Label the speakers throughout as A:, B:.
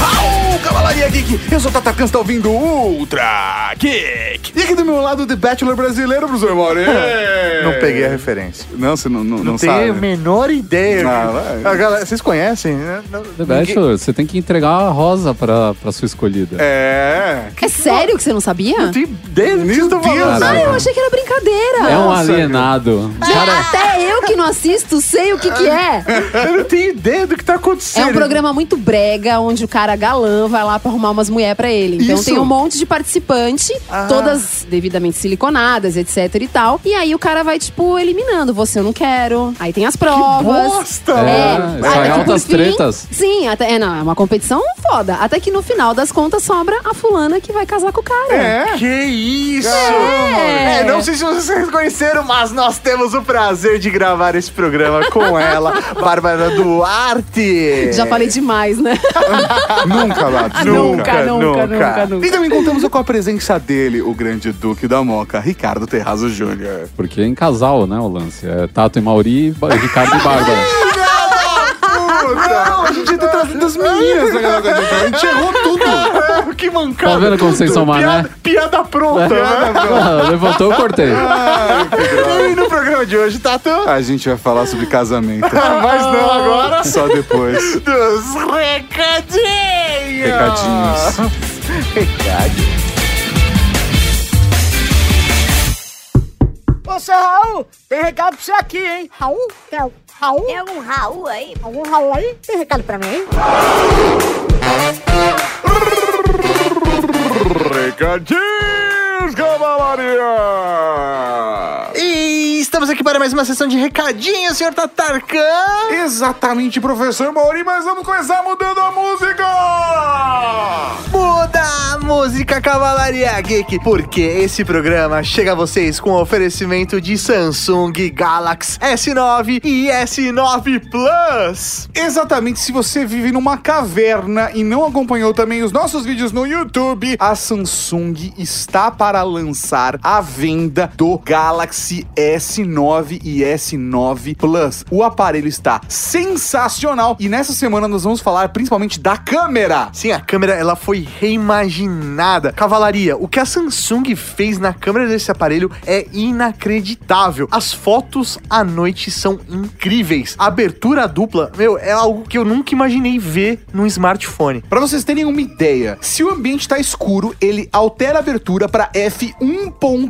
A: Au, Cavalaria Geek! Eu sou o Tata Khan, está ouvindo Ultra Geek! E aqui do meu lado, The Bachelor brasileiro, professor Mauro.
B: Não peguei a referência.
A: Não, você É. não, não, não,
B: Tenho a
A: sabe.
B: menor ideia.
A: Ah, vai.
B: Ah, galera, vocês conhecem? né? Não-
C: The
B: ninguém-
C: Bachelor, É você tem que entregar a rosa pra, pra sua escolhida.
A: É.
D: É sério que você não sabia?
B: Não tenho ideia do que
A: Nisso né?
B: vocês estão falando.
A: Deus.
D: Ah, eu achei que era brincadeira.
C: É um
A: Nossa,
C: alienado.
D: Gente, Até eu que não assisto sei o que que é.
B: Eu não tenho ideia do que tá
D: É
B: acontecendo.
D: um programa muito brega, onde o cara galã vai lá pra arrumar umas mulheres pra ele. Então
B: Isso.
D: tem um monte de participante, todas devidamente siliconadas, etc e tal. E aí o cara vai, tipo, eliminando. Você eu não quero. Aí tem as provas.
B: bosta!
D: É,
C: Ah,
D: aí,
C: sai
D: até que
C: altas
D: por fim-
C: tretas.
D: Sim, até, é, não, é uma competição foda. Até que no final das contas sobra a fulana que vai casar com o cara.
A: É.
B: Que isso!
D: É.
B: É, não sei se vocês reconheceram, mas nós temos o prazer de gravar esse programa com ela, Bárbara Duarte.
D: Já falei demais, né?
A: Nunca, Lato.
B: Nunca, nunca, nunca.
A: E também contamos com a presença dele, o grande duque da moca, Ricardo Terrazo Júnior.
C: Porque é em casal, né, o lance. É Tato e Mauri, e Ba- Ricardo e Bárbara.
A: Não, a gente tá trazendo as meninas naquela A gente errou tudo.
B: que mancada.
C: Tá vendo como vocês são mané?
B: Piada, piada pronta. né?
C: Ah, Levantou, eu cortei.
B: E no programa de hoje, Tatu?
A: A gente vai falar sobre casamento.
C: Ah,
B: Mas não agora.
A: Só depois.
B: Dos
A: Ah.
B: recadinhos.
A: Recadinhos.
B: Recadinhos.
E: Ô, seu Raul, tem recado pra você aqui, hein?
F: Raul? Tem, al-
E: Raul?
F: tem algum Raul aí?
E: Algum Raul aí?
F: Tem recado pra mim aí?
A: Recadinhos, cavalaria!
B: E estamos aqui para mais uma sessão de recadinhos, senhor Tatarcan.
A: Exatamente, professor Mauri, mas vamos começar mudando a música!
B: Muda a música Cavalaria Geek, porque esse programa chega a vocês com oferecimento de Samsung Galaxy S9 e S9 Plus.
A: Exatamente, se você vive numa caverna e não acompanhou também os nossos vídeos no YouTube, a Samsung está para lançar a venda do Galaxy S9 e S9 Plus. O aparelho está sensacional e nessa semana nós vamos falar principalmente da câmera.
B: Sim, a câmera ela foi reimaginada. Cavalaria, o que a Samsung fez na câmera desse aparelho é inacreditável. As fotos à noite são incríveis. A abertura dupla, meu, é algo que eu nunca imaginei ver num smartphone.
A: Pra vocês terem uma ideia, se o ambiente tá escuro, ele altera a abertura pra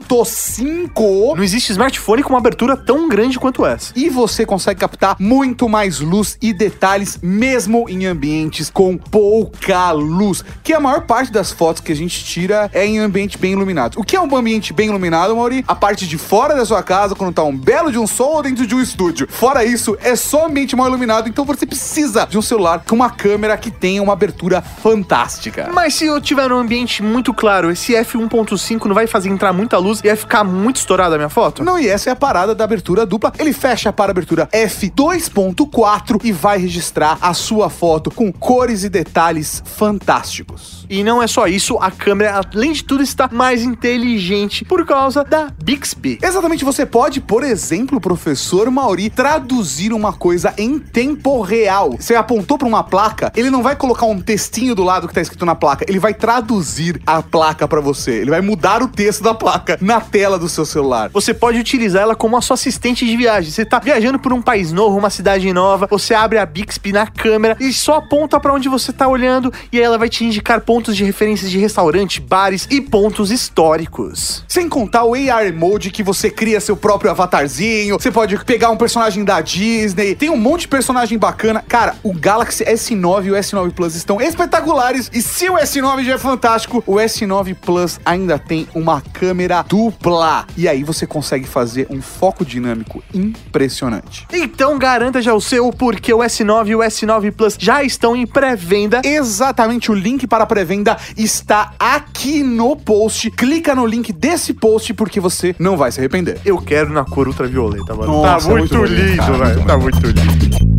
A: f1.5
B: Não existe smartphone com uma abertura tão grande quanto essa.
A: e você consegue captar muito mais luz e detalhes mesmo em ambientes com pouca luz, que a maior parte das fotos que a gente tira é em ambiente bem iluminado. O que é um ambiente bem iluminado, Mauri? A parte de fora da sua casa, quando tá um belo de um sol ou dentro de um estúdio. Fora isso, é só ambiente mal iluminado, então você precisa de um celular com uma câmera que tenha uma abertura fantástica.
B: Mas se eu tiver um ambiente muito claro, esse F1.5 não vai fazer entrar muita luz e vai ficar muito estourada a minha foto?
A: Não, e essa é a parada da abertura dupla. Ele fecha para a abertura F2.4 e vai registrar a sua foto com cores e detalhes fantásticos.
B: E não é só isso, a câmera, além de tudo, está mais inteligente por causa da Bixby.
A: Exatamente, você pode, por exemplo, professor Mauri, traduzir uma coisa em tempo real. Você apontou para uma placa, ele não vai colocar um textinho do lado que tá escrito na placa, ele vai traduzir a placa para você. Ele vai mudar o texto da placa na tela do seu celular.
B: Você pode utilizar ela como a sua assistente de viagem. Você tá viajando por um país novo, uma cidade nova, você abre a Bixby na câmera e só aponta pra onde você tá olhando e aí ela vai te indicar pontos de referência de restaurante, bares e pontos históricos.
A: Sem contar o AR Mode que você cria seu próprio avatarzinho, você pode pegar um personagem da Disney, tem um monte de personagem bacana. Cara, o Galaxy S9 e o S9 Plus estão espetaculares e se o S9 já é fantástico, o S9 Plus ainda tem uma câmera dupla. E aí você consegue fazer um foco dinâmico impressionante.
B: Então garanta já o seu, porque o S9 e o S9 Plus já estão em pré-venda.
A: Exatamente, o link para a pré-venda está aqui no post. Clica no link desse post porque você não vai se arrepender. é
B: Eu quero na cor ultravioleta, mano.
A: Nossa, muito bonito, cara, muito
B: Tá muito lindo.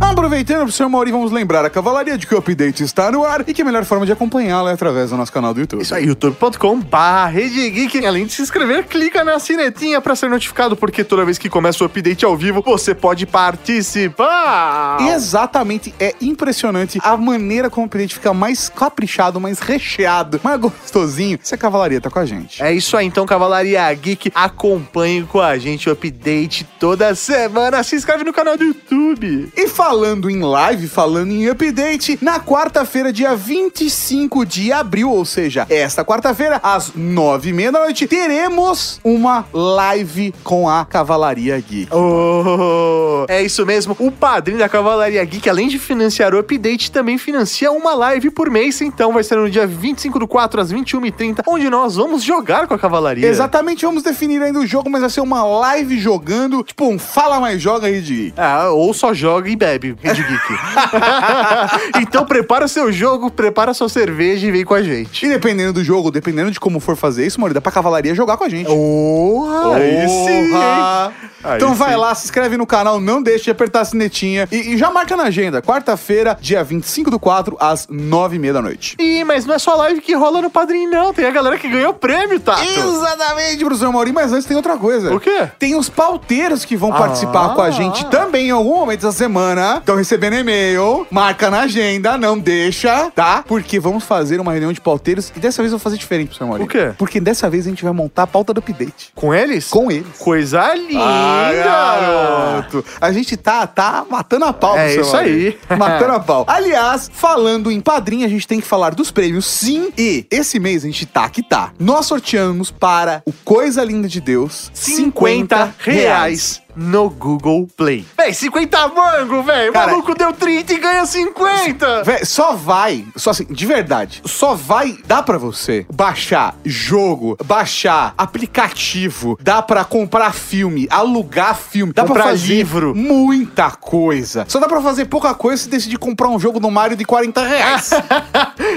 A: Aproveitando, professor Mauri, vamos lembrar, a Cavalaria de Cup Update está no ar e que a melhor forma de acompanhá-la é através do nosso canal do YouTube.
B: Isso aí, youtube.com Geek. Além de se inscrever, clica na sinetinha pra ser notificado, porque toda vez que começa o update ao vivo, você pode participar.
A: Exatamente, é impressionante a maneira como o update fica mais caprichado, mais recheado, mais gostosinho se a Cavalaria tá com a gente.
B: É isso aí, então, Cavalaria Geek. Acompanhe com a gente o update toda semana. Se inscreve no canal do YouTube.
A: E falando em live, falando em update, na quarta-feira, dia 25 de abril, ou seja, esta quarta-feira, às nove e meia da noite, teremos uma live com a Cavalaria Geek.
B: Oh, é isso mesmo. O padrinho da Cavalaria Geek, além de financiar o update, também financia uma live por mês. Então vai ser no dia 25 do 4 às 21h30, onde nós vamos jogar com a Cavalaria.
A: Exatamente, vamos definir ainda o jogo, mas vai ser uma live jogando, tipo um Fala Mais Joga aí de
B: Ah, ou só joga e bebe, Rede Geek. então prepara seu jogo, prepara sua cerveja e vem com a gente.
A: E dependendo do jogo, dependendo de como for fazer isso, mano, dá pra Cavalaria jogar com a gente.
B: Porra! Aí sim,
A: Porra!
B: hein? Aí
A: então vai
B: sim.
A: lá, se inscreve no canal, não deixe de apertar a sinetinha e, e já marca na agenda, quarta-feira, dia 25 do 4, às 9h30 da noite.
B: Ih, mas não é só live que rola no padrinho, não. Tem a galera que ganhou prêmio, Tato.
A: Exatamente, professor Mauri, mas antes tem outra coisa.
B: O quê?
A: Tem os pauteiros que vão
B: Ah.
A: participar com a gente também em algum momento da semana. Estão recebendo e-mail, marca na agenda, não deixa, tá? Porque vamos fazer uma reunião de pauteiros e dessa vez eu vou fazer diferente, professor Mauri.
B: O quê?
A: Porque dessa vez a gente vai montar a pauta do update
B: Com eles?
A: com eles.
B: Coisa linda!
A: Ah, garoto! A gente tá, tá matando a pau,
B: É
A: seu
B: isso
A: Maurício.
B: aí. É.
A: Matando a pau. Aliás, falando em padrinho, a gente tem que falar dos prêmios, sim. E esse mês a gente tá que tá. Nós sorteamos para o Coisa Linda de Deus
B: 50 reais no Google Play. Véi, 50 mango, velho! O
A: Cara-
B: maluco deu 30 e ganha 50!
A: Véi, só vai, só assim, de verdade, só vai, dá pra você baixar jogo, baixar aplicativo, dá pra comprar filme, alugar filme, dá pra
B: Comprar
A: fazer
B: livro.
A: muita coisa. Só dá pra fazer pouca coisa se decidir comprar um jogo do Mario de 40 reais.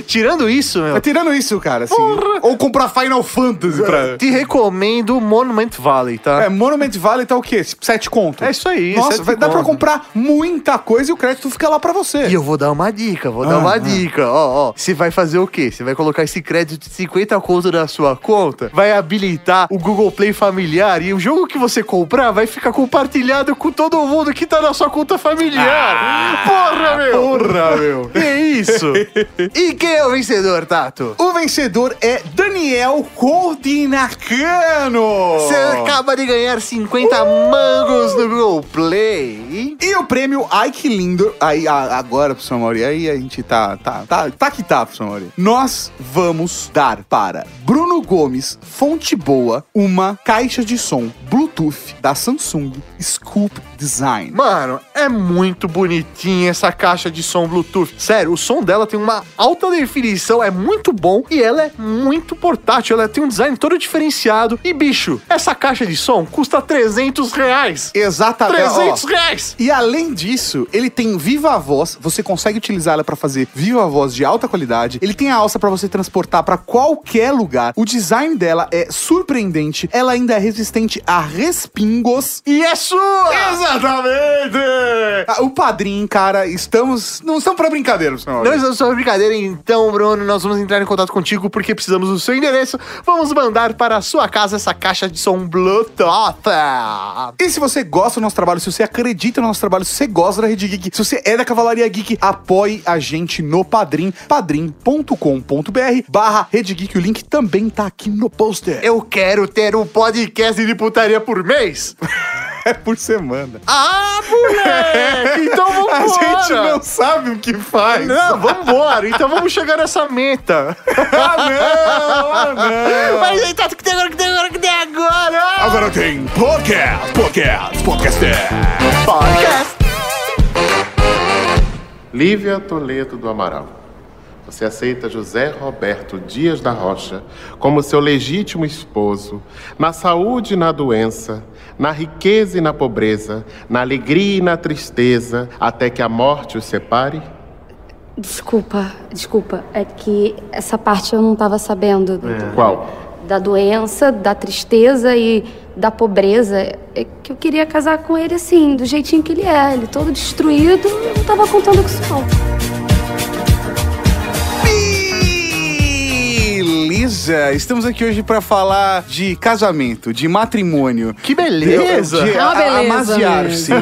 B: Tirando isso, meu,
A: Mas tirando isso, cara, assim, ou comprar Final Fantasy pra...
B: te recomendo Monument Valley, tá?
A: É, Monument Valley tá o quê? Sete conto.
B: É isso aí,
A: Nossa,
B: sete
A: vai, dá pra
B: conto.
A: comprar muita coisa e o crédito fica lá pra você.
B: E eu vou dar uma dica, vou
A: Ah,
B: dar uma
A: ah.
B: dica. Ó, ó, você vai fazer o quê? Você vai colocar esse crédito de 50 conto na sua conta, vai habilitar o Google Play familiar e o jogo que você comprar vai ficar compartilhado com todo mundo que tá na sua conta familiar. porra, meu! Porra, meu! Que isso? e quem é o vencedor, Tato?
A: O vencedor é Daniel Codinacano.
B: Você acaba de ganhar 50 mangos no Google Play.
A: E o prêmio Ai Que Lindo. Aí, a- agora, professor Mauri, aí a gente tá. Tá, tá, tá que tá, professor Mauri. Nós vamos dar para Bruno Gomes Fonte Boa uma caixa de som Bluetooth da Samsung Scoop Design.
B: Mano, é muito bonitinha essa caixa de som Bluetooth. Sério, o som dela tem uma alta definição, é muito bom e ela é muito portátil. Ela tem um design todo diferenciado. E bicho, essa caixa de som custa 300 reais.
A: Exatamente.
B: 300
A: ó.
B: reais!
A: E além disso, ele tem viva voz, você consegue utilizar ela pra fazer viva voz de alta qualidade. Ele tem a alça pra você transportar pra qualquer lugar. O design dela é surpreendente, ela ainda é resistente a respingos.
B: E é sua!
A: Exatamente! O padrinho, cara, estamos. Não estamos pra brincadeira, senhor.
B: Não estamos só brincadeira, então, Bruno, nós vamos entrar em contato contigo porque precisamos do seu endereço. Vamos mandar para a sua casa essa caixa de som Bluetooth.
A: E se você gosta do nosso trabalho, se você acredita no nosso trabalho, se você gosta da Rede Geek, se você é da Cavalaria Geek, apoie a gente no Padrim, padrim.com.br barra Rede Geek. O link também tá aqui no poster.
B: Eu quero ter um podcast de putaria por mês.
A: É por semana.
B: Ah, moleque! Então vambora!
A: A gente não sabe o que faz.
B: Não, vambora! Então vamos chegar nessa meta!
A: Ah, não, ah, não.
B: Mas aí, Tato, que tem agora, que tem agora, que tem agora!
A: Agora tem podcast, podcast, podcast.
B: Podcast!
G: Lívia Toledo do Amaral. Você aceita José Roberto Dias da Rocha como seu legítimo esposo, na saúde e na doença, na riqueza e na pobreza, na alegria e na tristeza, até que a morte os separe?
H: Desculpa, desculpa. É que essa parte eu não tava sabendo. doutor.
G: Qual?
H: da doença, da tristeza e da pobreza, é que eu queria casar com ele assim, do jeitinho que ele é, ele todo destruído, eu não tava contando com isso não.
A: Beleza! Estamos aqui hoje pra falar de casamento, de matrimônio.
B: Que beleza!
A: De,
D: É uma
A: a-
D: beleza
A: Amaziar-se.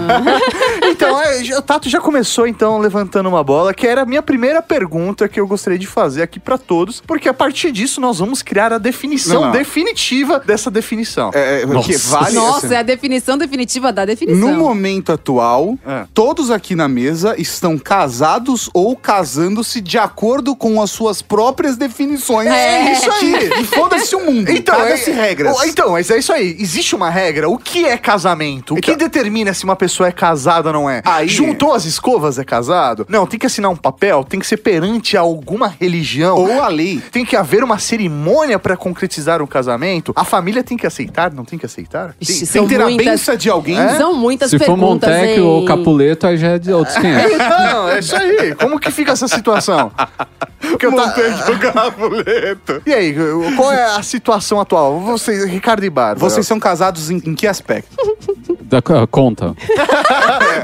B: Então, é, já- o Tato já começou, então, levantando uma bola, que era a minha primeira pergunta que eu gostaria de fazer aqui pra todos, porque a partir disso nós vamos criar a definição
A: Não, não.
B: definitiva dessa definição.
A: É, porque
C: Nossa.
A: vale
D: Nossa,
A: assim,
D: é a definição definitiva da definição.
A: No momento atual,
B: É.
A: todos aqui na mesa estão casados ou casando-se de acordo com as suas próprias definições.
D: É.
A: Isso aí! E foda-se o mundo. Caga-se regras.
B: o- é- Então, mas é isso aí. Existe uma regra. O que é casamento? O que determina se uma pessoa é casada ou não é?
A: Então- Aí-
B: Juntou as escovas, é casado? Não, tem que assinar um papel, tem que ser perante alguma religião.
A: Ou a lei.
B: Tem que haver uma cerimônia pra concretizar o casamento. A família tem que aceitar, não tem que aceitar?
D: Ixi,
A: Tem,
D: são
A: tem que ter a
D: muitas,
A: benção de alguém.
D: É? São muitas
C: Se for
D: perguntas,
C: Montecchio
D: hein?
C: ou Capuleto, aí já é de outros 500.
B: Não, é isso aí. Como que fica essa situação? Porque eu tá... E aí, qual é a situação atual? Vocês, Ricardo e Bárbara.
A: Vocês são casados em, em que aspecto?
C: Da co- conta.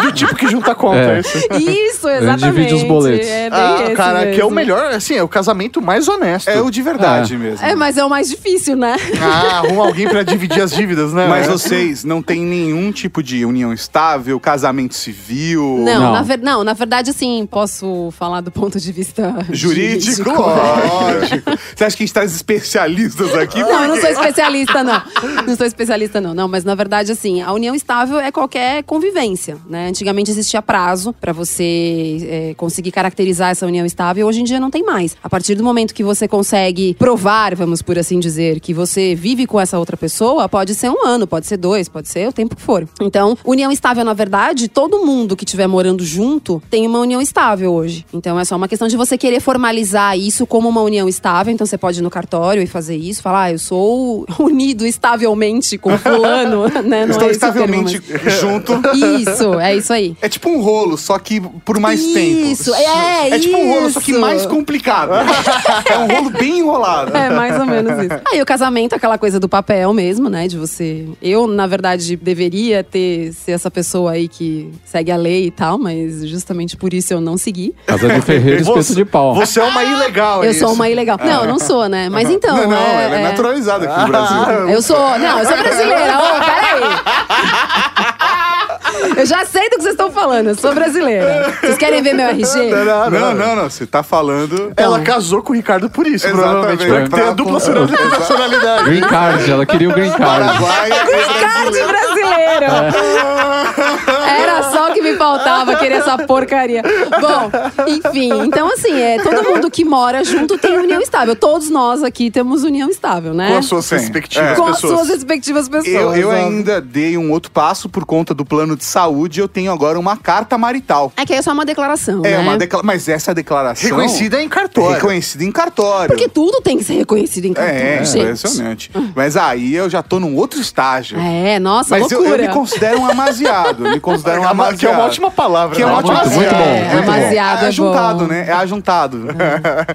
B: do tipo que junta conta,
C: É.
B: é isso?
C: divide
D: Isso,
C: os
D: exatamente.
C: boletos.
D: É bem
B: Ah,
D: esse
B: cara, que é o
D: mesmo.
B: melhor, assim, é o casamento mais honesto.
A: É o de verdade mesmo.
D: É, mas é o mais difícil, né?
B: Ah, arruma alguém pra dividir as dívidas, né?
A: Mas
B: É.
A: vocês não têm nenhum tipo de união estável, casamento civil.
D: Não,
C: Não.
D: Na ver- não, na verdade, assim, posso falar do ponto de vista
A: Jurídico, lógico. Você acha que a gente traz especialistas aqui?
D: Não, eu não sou especialista, não. Não sou especialista, não. Não, mas na verdade, assim, a união estável é qualquer convivência, né? Antigamente existia prazo pra você é, conseguir caracterizar essa união estável. Hoje em dia não tem mais. A partir do momento que você consegue provar, vamos por assim dizer, que você vive com essa outra pessoa, pode ser um ano, pode ser dois, pode ser o tempo que for. Então, união estável, na verdade, todo mundo que estiver morando junto tem uma união estável hoje. Então, é só uma questão de você querer formalizar isso como uma união estável. Então, você pode ir no cartório e fazer isso, falar, ah, eu sou unido estavelmente com fulano, né? Não
A: Estão
D: é esse o termo,
A: estavelmente junto.
D: mas- Isso, é isso aí.
A: É tipo um rolo, só que por mais
D: Isso,
A: tempo.
D: é
A: É tipo um rolo, só que
D: isso.
A: mais complicado. é um rolo bem enrolado.
D: É, mais ou menos isso. Aí o casamento, é aquela coisa do papel mesmo, né? De você. Eu, na verdade, deveria ter ser essa pessoa aí que segue a lei e tal, mas justamente por isso eu não segui.
C: Casa de ferreiro, espeto de pau.
B: Você é uma ilegal,
D: Eu
B: isso.
D: sou uma ilegal. Não, eu não sou, né? Mas então.
A: não, não,
D: é,
A: ela é,
D: é.
A: naturalizada aqui no Brasil.
D: Eu sou. Não, eu sou brasileira. Ô, peraí. Eu já sei do que vocês estão falando. Eu sou brasileira. Vocês querem ver meu RG?
A: Não, não, não, Você tá falando.
B: Ela casou com o Ricardo por isso,
A: Exatamente.
B: provavelmente. Pra ter a dupla nacionalidade.
C: Green card, ela queria o green card.
A: Paraguai.
D: Card brasileiro! Era só o que me faltava, querer essa porcaria. Bom, enfim, então assim, é, todo mundo que mora junto tem união estável. Todos nós aqui temos união estável, né?
B: Com as suas
A: Sim.
B: respectivas
A: É.
D: Com as
B: pessoas.
D: suas respectivas pessoas.
A: Eu, eu
D: ó.
A: ainda dei um outro passo por conta do plano de saúde. Eu tenho agora uma carta marital.
D: É que é só uma declaração,
A: É,
D: né?
A: uma decla... mas essa declaração.
B: Reconhecida é em cartório.
A: Reconhecida em cartório.
D: Porque tudo tem que ser reconhecido em cartório,
A: É, é
D: gente.
A: impressionante. Mas aí eu já tô num outro estágio.
D: É, nossa,
A: Mas eu, eu
D: loucura.
A: me considero um amaziado. Eu me considero um
B: É uma-
A: amaziado.
B: que é uma ótima palavra.
A: Que é uma
B: né?
C: Muito,
A: ótima
C: muito bom,
A: É,
C: muito bom.
D: Amaziado
A: é
D: é
A: ajuntado,
D: bom.
A: né? É ajuntado.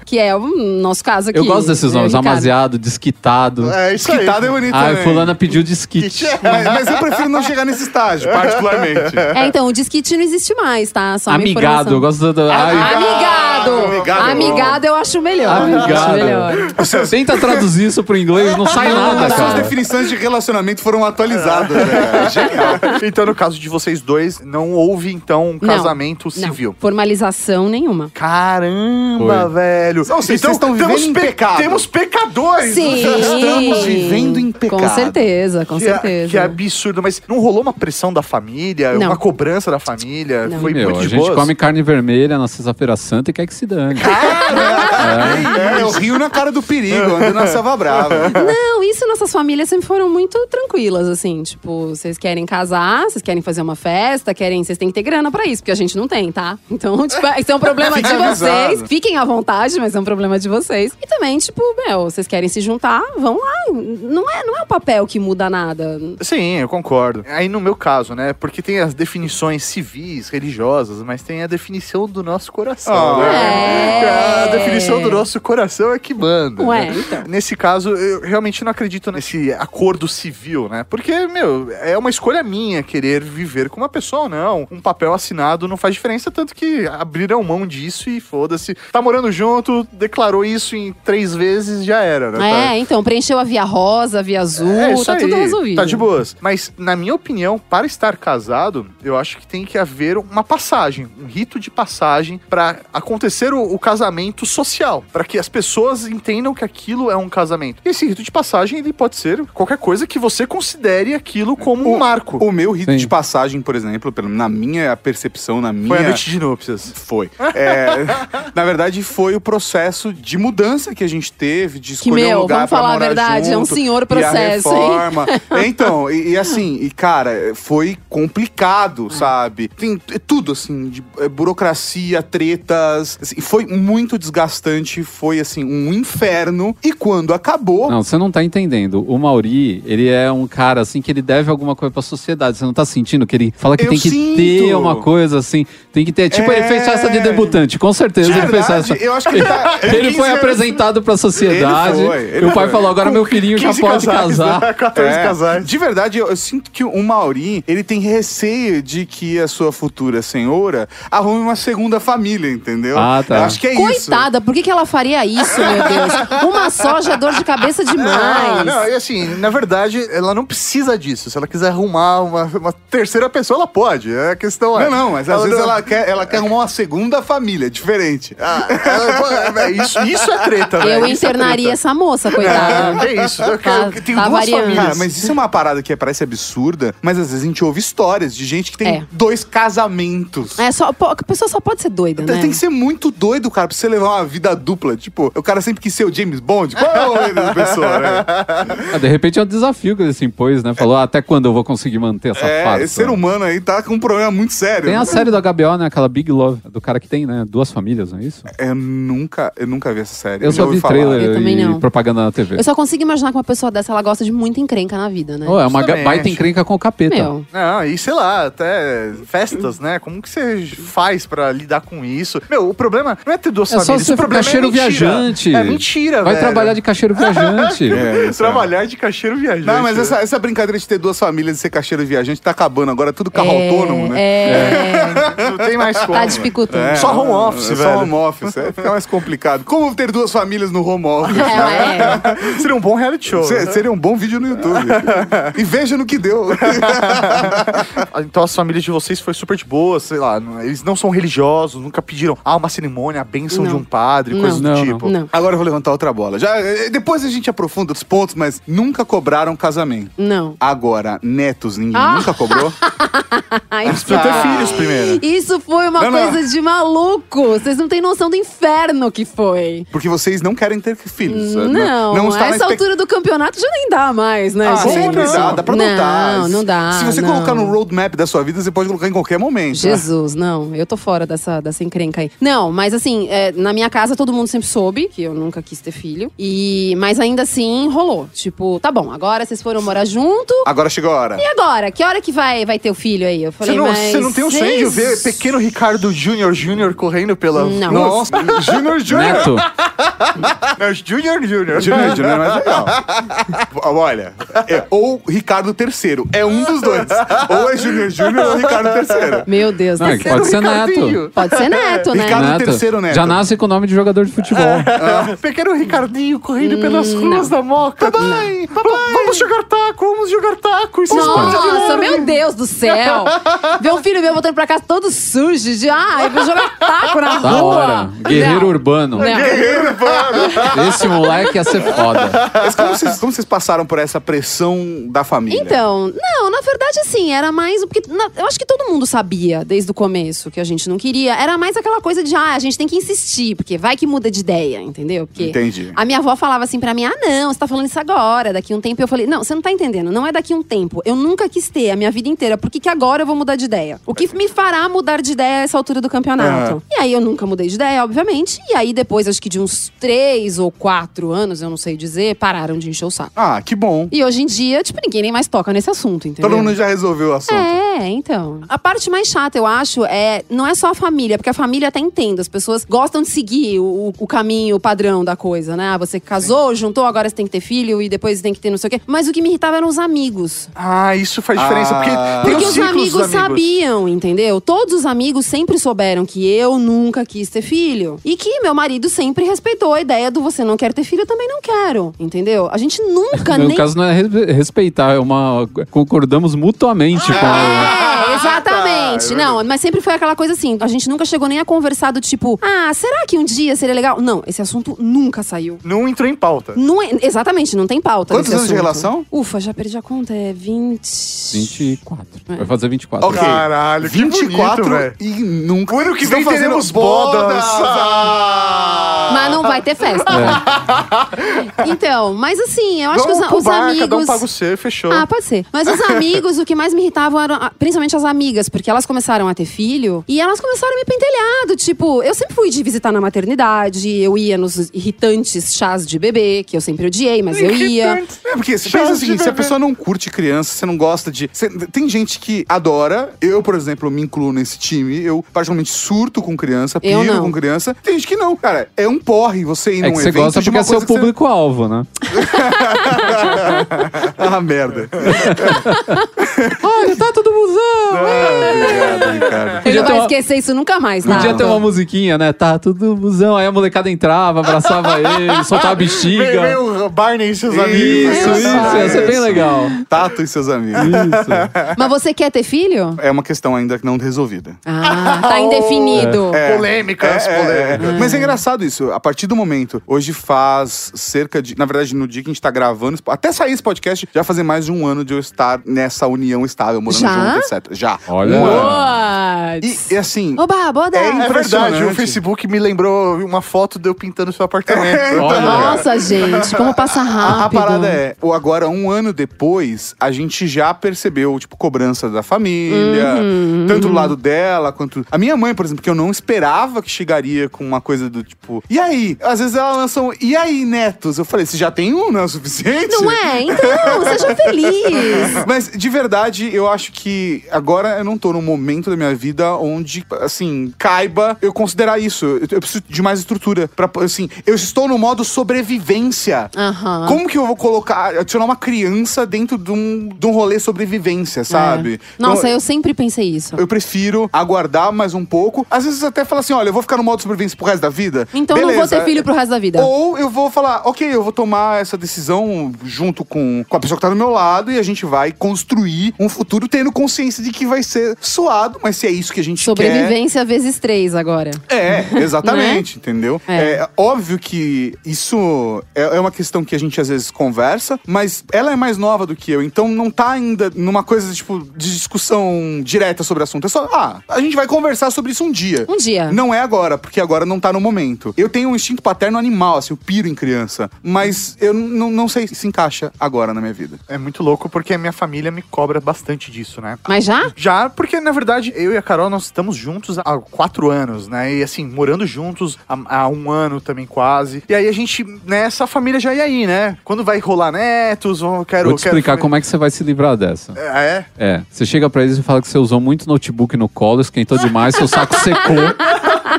D: Que é o nosso caso aqui.
C: Eu gosto desses
D: né,
C: nomes,
D: Ricardo?
C: amaziado, desquitado.
B: É isso aí.
A: Esquitado é bonito
C: Ah,
A: também.
C: fulana pediu desquite.
A: Mas, mas eu prefiro não chegar nesse estágio, particularmente.
D: É, então, o disquite não existe mais, tá? Só uma
C: Amigado, eu
D: informação.
C: gosto do... Ai,
D: Amigado!
A: Amigado
D: Amigado,
A: é
D: eu acho melhor. Eu acho melhor.
C: Amigado. Tenta traduzir isso pro inglês, não sai
D: Ah,
C: nada,
A: As suas
C: cara.
A: definições de relacionamento foram atualizadas.
B: É.
A: né? Genial.
B: Então, no caso de vocês dois, não houve, então, um
D: Não,
B: casamento
D: Não,
B: civil.
D: formalização nenhuma.
B: Caramba,
C: Foi.
B: velho.
A: Então, vocês estão vivendo
B: temos
A: em pecado.
B: Temos pecadores. né?
D: Sim.
A: estamos vivendo em pecado. é-
D: Com certeza, com
B: Que,
D: certeza.
B: que absurdo, mas não rolou uma pressão da família,
D: Não.
B: uma cobrança da família?
D: Não.
B: Foi
C: Meu,
B: muito
C: a
B: de
C: gente
B: boas?
C: come carne vermelha na sexta-feira santa e quer que se dane.
A: É, eu rio na cara do perigo, ando na selva brava.
D: Não, isso nossas famílias sempre foram muito tranquilas, assim. Tipo, vocês querem casar, vocês querem fazer uma festa, querem, vocês têm que ter grana pra isso, porque a gente não tem, tá? Então, tipo, isso é um problema de
A: Fica
D: vocês.
A: avisado.
D: Fiquem à vontade, mas é um problema de vocês. E também, tipo, meu, vocês querem se juntar, vão lá. Não é, não é o papel que muda nada.
B: Sim, eu concordo. Aí no meu caso, né? Porque tem as definições civis, religiosas, mas tem a definição do nosso coração.
A: Ah.
B: né?
D: É.
B: A definição proteção do nosso coração é que manda.
D: Ué,
B: né?
D: então.
B: Nesse caso, eu realmente não acredito nesse acordo civil, né? Porque, meu, é uma escolha minha querer viver com uma pessoa ou não. Um papel assinado não faz diferença, tanto que abriram mão disso e foda-se. Tá morando junto, declarou isso em três vezes, já era, né? Tá-
D: É, então, preencheu a via rosa, a via azul,
B: É, isso
D: tá tudo
B: aí,
D: resolvido.
B: Tá de boas. Mas, na minha opinião, para estar casado, eu acho que tem que haver uma passagem, um rito de passagem para acontecer o, o casamento social, para que as pessoas entendam que aquilo é um casamento. E esse rito de passagem, ele pode ser qualquer coisa que você considere aquilo como um marco.
A: O meu rito
C: Sim.
A: de passagem, por exemplo, pelo- na minha percepção, na minha.
B: Foi a noite de núpcias.
A: Foi. É, na verdade, foi o processo de mudança que a gente teve, de escolher
D: meu,
A: um lugar
D: vamos
A: pra
D: falar a
A: morar
D: verdade, é um
A: junto,
D: senhor
A: e a
D: processo, hein?
A: reforma. Então, e, e assim, e cara, foi complicado,
D: Ah.
A: sabe? Tem t- tudo, assim, de, é, burocracia, tretas. assim, foi muito desgastante, foi, assim, um inferno. E quando acabou,
C: Não, você não tá entendendo. O Mauri, ele é um cara assim que ele deve alguma coisa pra sociedade. Você não tá sentindo que ele fala que
A: Eu
C: tem que
A: sinto.
C: ter uma coisa assim. Tem que ter. Tipo,
A: É.
C: ele fez festa de debutante, com certeza
A: de
C: ele fez
A: verdade,
C: festa.
A: eu acho que ele tá.
C: Ele
A: 15
C: foi
A: anos-
C: apresentado pra sociedade.
A: Ele foi, ele
C: e o pai
A: foi.
C: falou: agora meu filhinho já
B: 15
C: pode
B: casais,
C: casar.
B: né? 14
A: É,
B: casais.
A: De verdade, eu, eu sinto que o Mauri, ele tem receio de que a sua futura senhora arrume uma segunda família, entendeu?
C: Ah, tá.
A: Eu acho que é isso.
D: Coitada, por que, que ela faria isso, meu Deus? Uma só já é dor de cabeça
B: Não,
D: demais.
B: não, e assim, na verdade, ela não precisa disso. Se ela quiser arrumar uma, uma terceira pessoa, ela pode. É, A questão é.
A: Não, não, mas às vezes
B: não-
A: ela quer, ela quer arrumar uma segunda família, diferente.
B: Ah, ela- é, isso, isso é treta, velho.
D: Eu
B: Isso é
D: internaria
B: treta.
D: essa moça, coitada.
B: Ah, que isso. Eu,
D: Tá-
B: eu, eu tenho
D: tá
B: duas
D: variando.
B: famílias.
A: Cara, mas isso é uma parada que parece absurda, mas às vezes a gente ouve histórias de gente que tem
D: É.
A: dois casamentos. Então,
D: É só, pô, a pessoa só pode ser doida, né?
A: Tem que ser muito doido, cara, pra você levar uma vida dupla. Tipo, o cara sempre quis ser o James Bond. Qual é o rolê dessa pessoa, né?
C: Ah, de repente é um desafio que ele se impôs, né? Falou: "Ah, até quando eu vou conseguir manter essa
A: É,
C: farsa?
A: esse ser humano aí tá com um problema muito sério.
C: né? Tem a série do HBO, né? Aquela Big Love, do cara que tem, né? Duas famílias, não é isso?
A: Eu nunca, eu nunca vi essa série.
C: Eu só vi trailer
D: Eu também
C: e
D: não.
C: propaganda na TV.
D: Eu só consigo imaginar que uma pessoa dessa, ela gosta de muita encrenca na vida, né?
C: Oh, é uma ga-
B: Justamente.
C: baita encrenca com o capeta.
D: Meu,
B: Não, e sei lá, até festas, né? Como que você faz pra lidar com isso? Meu, o problema não é ter duas
C: É só
B: famílias,
C: você
B: o
C: ser
B: problema
C: cacheiro
B: é mentira.
C: viajante.
B: É mentira,
C: Vai
B: velho.
C: trabalhar de cacheiro viajante.
A: É, isso é.
B: Trabalhar de cacheiro viajante.
A: Não, mas essa, essa brincadeira de ter duas famílias e ser caixeiro viajante tá acabando agora, é tudo carro
D: é,
A: autônomo, né?
D: É,
B: não tem mais como.
D: tá dificultando.
A: É,
B: Só home office,
A: é,
B: velho.
A: Só home office, é, fica mais complicado. Como ter duas famílias no home office?
D: É, é.
B: Seria um bom reality show.
A: Se-
B: né?
A: Seria um bom vídeo no YouTube. e veja no que deu.
B: Então as famílias de vocês foi super de boa, sei lá, não- eles não são religiosos, nunca pediram ah, uma cerimônia, a bênção
D: Não.
B: de um padre,
D: Não.
B: coisas do
C: Não, não.
B: tipo.
D: Não,
A: Agora eu vou levantar outra bola. Já, eh, depois a gente aprofunda os pontos, mas nunca cobraram casamento.
D: não.
A: Agora, netos, ninguém
D: Ah.
A: nunca cobrou?
D: Ai,
B: Precisa ter filhos primeiro.
D: Isso foi uma
A: Não, não.
D: coisa de maluco. Vocês não têm noção do inferno que foi.
A: Porque vocês não querem ter filhos. eh,
D: Não,
A: não está na
D: a essa é
A: expectativa.
D: altura do campeonato já nem dá mais, né?
A: Ah,
D: gente?
A: sempre dá, dá pra notar.
D: Não, não dá.
A: Se você
D: não.
A: colocar no tá. roadmap da sua vida, você pode colocar em qualquer momento. né?
D: Jesus, não, eu tô fora dessa, dessa encrenca aí. Não, mas assim, é, na minha casa todo mundo sempre soube que eu nunca quis ter filho. E, mas ainda assim rolou. Tipo, tá bom, agora vocês foram morar junto.
A: Agora chegou a hora.
D: E agora? Que hora que vai, vai ter o filho aí? Eu
B: Você
D: falei,
B: não,
D: mas.
B: você não tem o sonho de ver
D: vocês-
B: pequeno Ricardo Júnior Júnior correndo pela.
D: Não.
B: Nossa, Júnior Júnior.
C: Neto,
B: Não, Júnior Júnior.
A: Júnior, Júnior é mais legal. Olha, é ou Ricardo III. É um dos dois. Ou é Júnior Júnior ou Ricardo III.
D: Meu Deus do
C: Não, é
B: então.
C: que
D: céu.
C: pode ser Neto.
B: um Ricardinho.
D: Pode ser neto, né?
A: Ricardo terceiro Neto. É.
C: Já nasce com o nome de jogador de futebol.
B: Ah, Pequeno Ricardinho correndo pelas ruas da Moca. Papai, papai. Vamos jogar taco, vamos jogar taco. Isso é pode virar.
D: Nossa, meu Deus do céu! Ver um filho meu voltando pra casa todo sujo, de ah, eu vou jogar taco na
C: da
D: rua.
C: hora. Guerreiro
D: Não,
C: urbano.
D: não.
C: Esse moleque ia ser foda.
A: Mas como vocês, como vocês passaram por essa pressão da família?
D: Então, não, na verdade, assim, era mais. o- Porque na- eu acho que todo mundo sabia desde o começo que a gente não queria. Era mais aquela coisa de, ah, a gente tem que insistir, porque vai que muda de ideia, entendeu? Porque
A: Entendi.
D: a minha avó falava assim pra mim: ah, não, você tá falando isso agora, daqui um tempo. Eu falei: não, você não tá entendendo, não é daqui um tempo. Eu nunca quis ter a minha vida inteira, por que, que agora eu vou mudar de ideia? O que me fará mudar de ideia a essa altura do campeonato? E aí eu nunca mudei de ideia, obviamente. E aí depois, acho que de uns uns três ou quatro anos, eu não sei dizer, pararam de encher o saco.
A: Ah, que bom.
D: E hoje em dia, tipo, ninguém nem mais toca nesse assunto, entendeu?
A: Todo mundo já resolveu o assunto.
D: É, então. A parte mais chata, eu acho, é não é só a família, porque a família até entende. As pessoas gostam de seguir o, o caminho, o padrão da coisa, né? Ah, você casou, juntou, agora você tem que ter filho e depois tem que ter não sei o quê. Mas o que me irritava eram os amigos.
B: Ah, isso faz diferença,
A: Ah.
B: porque tem
D: Porque
B: o
D: os
B: ciclo
D: amigos,
B: dos amigos
D: sabiam, entendeu? Todos os amigos sempre souberam que eu nunca quis ter filho. E que meu marido sempre respeitou a ideia do você não quer ter filho, eu também não quero. Entendeu? A gente nunca
C: No
D: nem.
C: caso, não é re- respeitar, é uma. Concordamos mutuamente com a.
D: É, exatamente. Não, mas sempre foi aquela coisa assim. A gente nunca chegou nem a conversar do tipo, ah, será que um dia seria legal? Não, esse assunto nunca saiu.
B: Não entrou em pauta.
D: Não é- exatamente, não tem pauta.
A: Quantos
D: nesse
A: anos de
D: assunto.
A: relação?
D: Ufa, já perdi a conta. É 20.
C: 24. Vai fazer 24.
A: Ok.
B: Caralho, que
A: 24
B: bonito, velho.
A: e nunca.
B: O ano que
A: Estão
B: vem
A: fazendo
B: teremos bodas.
A: Ah!
D: Mas não vai ter festa.
A: É.
D: Então, mas assim, eu acho
B: Vamos
D: que os,
B: pro
D: os
B: bar, cada um
D: amigos.
B: paga o seu, fechou.
D: Ah, pode ser. Mas os amigos, o que mais me irritavam eram ah, principalmente as amigas, porque elas começaram a ter filho e elas começaram a me pentelhar. do Tipo, eu sempre fui de visitar na maternidade, eu ia nos irritantes chás de bebê, que eu sempre odiei, mas eu ia.
A: É, porque você
B: Chance
A: pensa o
B: de
A: seguinte, se a
B: viver.
A: pessoa não curte criança, você não gosta de... você- tem gente que adora, eu, por exemplo, me incluo nesse time, eu particularmente surto com criança,
D: Eu
A: piro
D: não.
A: com criança. Tem gente que não, cara, é um porre você ir
C: É
A: num
C: que você
A: evento
C: gosta
A: de
C: porque
A: uma
C: é seu
A: coisa que você-
C: público-alvo, né?
A: Ah, merda.
C: Olha, tá todo museu!
A: É. Ah, Obrigado, Ricardo.
D: Ele
C: Podia ter
D: não vai
C: uma-
D: esquecer isso nunca mais,
C: Podia
D: nada.
C: ter uma musiquinha, né? Tá tudo busão. Aí a molecada entrava, abraçava ele, soltava a bexiga.
B: Veio, veio o Barney e seus amigos.
A: Isso,
C: Isso, isso, ia ser bem
A: isso.
C: legal.
A: Tato e seus amigos.
C: Isso.
D: Mas você quer ter filho?
A: É uma questão ainda não resolvida.
D: Ah, tá indefinido.
B: É. Polêmicas, polêmicas.
D: Uhum.
A: É, Mas é engraçado isso. A partir do momento, hoje faz cerca de. Na verdade, no dia que a gente tá gravando, até sair esse podcast, já fazem mais de um ano de eu estar nessa união estável, morando
D: Já?
A: junto, etc. Já.
C: Olha.
A: Um ano.
D: What?
A: E, e assim.
D: Oba, boda.
A: É
B: É verdade,
A: Impressionante.
B: o Facebook me lembrou uma foto de eu pintando seu apartamento.
C: Olha.
D: Nossa, gente, como passa rápido.
A: A, a parada é, o agora, um ano depois, a gente já percebeu, tipo, cobrança da família,
D: Uhum.
A: tanto do lado dela quanto. A minha mãe, por exemplo, que eu não esperava que chegaria com uma coisa do tipo, e aí? Às vezes ela lança um, e aí, netos? Eu falei, você já tem um, não é o suficiente?
D: Não é? Então, seja feliz.
A: Mas, de verdade, eu acho que agora eu não tô num momento da minha vida onde, assim, caiba eu considerar isso. Eu, eu preciso de mais estrutura. Pra, assim, eu estou no modo sobrevivência.
D: Aham.
A: Como que eu vou colocar, adicionar uma criança dentro de um, de um rolê sobrevivência, sabe?
D: É. Nossa,
A: Então,
D: eu sempre pensei isso.
A: eu prefiro aguardar mais um pouco. Às vezes até falar assim, olha, eu vou ficar no modo sobrevivência pro resto da vida.
D: Então eu não vou
A: Beleza.
D: ter filho pro resto da vida.
A: Ou eu vou falar, ok, eu vou tomar essa decisão junto com, com a pessoa que tá do meu lado e a gente vai construir um futuro tendo consciência de que vai ser suado, mas se é isso que a gente quer.
D: Sobrevivência vezes três agora.
A: É, exatamente, entendeu?
D: É.
A: É. óbvio que isso é, é uma questão que a gente às vezes conversa, mas ela é mais nova do que eu, então não tá ainda numa coisa tipo de discussão direta sobre o assunto. É só, ah, a gente vai conversar sobre isso um dia.
D: Um dia.
A: Não é agora, porque agora não tá no momento. Eu tenho um instinto paterno animal, assim, eu piro em criança, mas eu n- n- não sei se encaixa agora na minha vida.
B: É muito louco porque a minha família me cobra bastante disso, né?
D: Mas já?
B: Já, porque na verdade eu e a Carol nós estamos juntos há quatro anos, né? E assim, morando juntos há, há um ano também quase. E aí a gente, né, essa família já ia aí, né? Quando vai rolar netos, eu quero.
C: Vou te
B: quero-
C: explicar como é que você vai se livrar dessa.
B: É.
C: É, você chega pra eles e fala que você usou muito notebook no colo, esquentou demais, seu saco secou,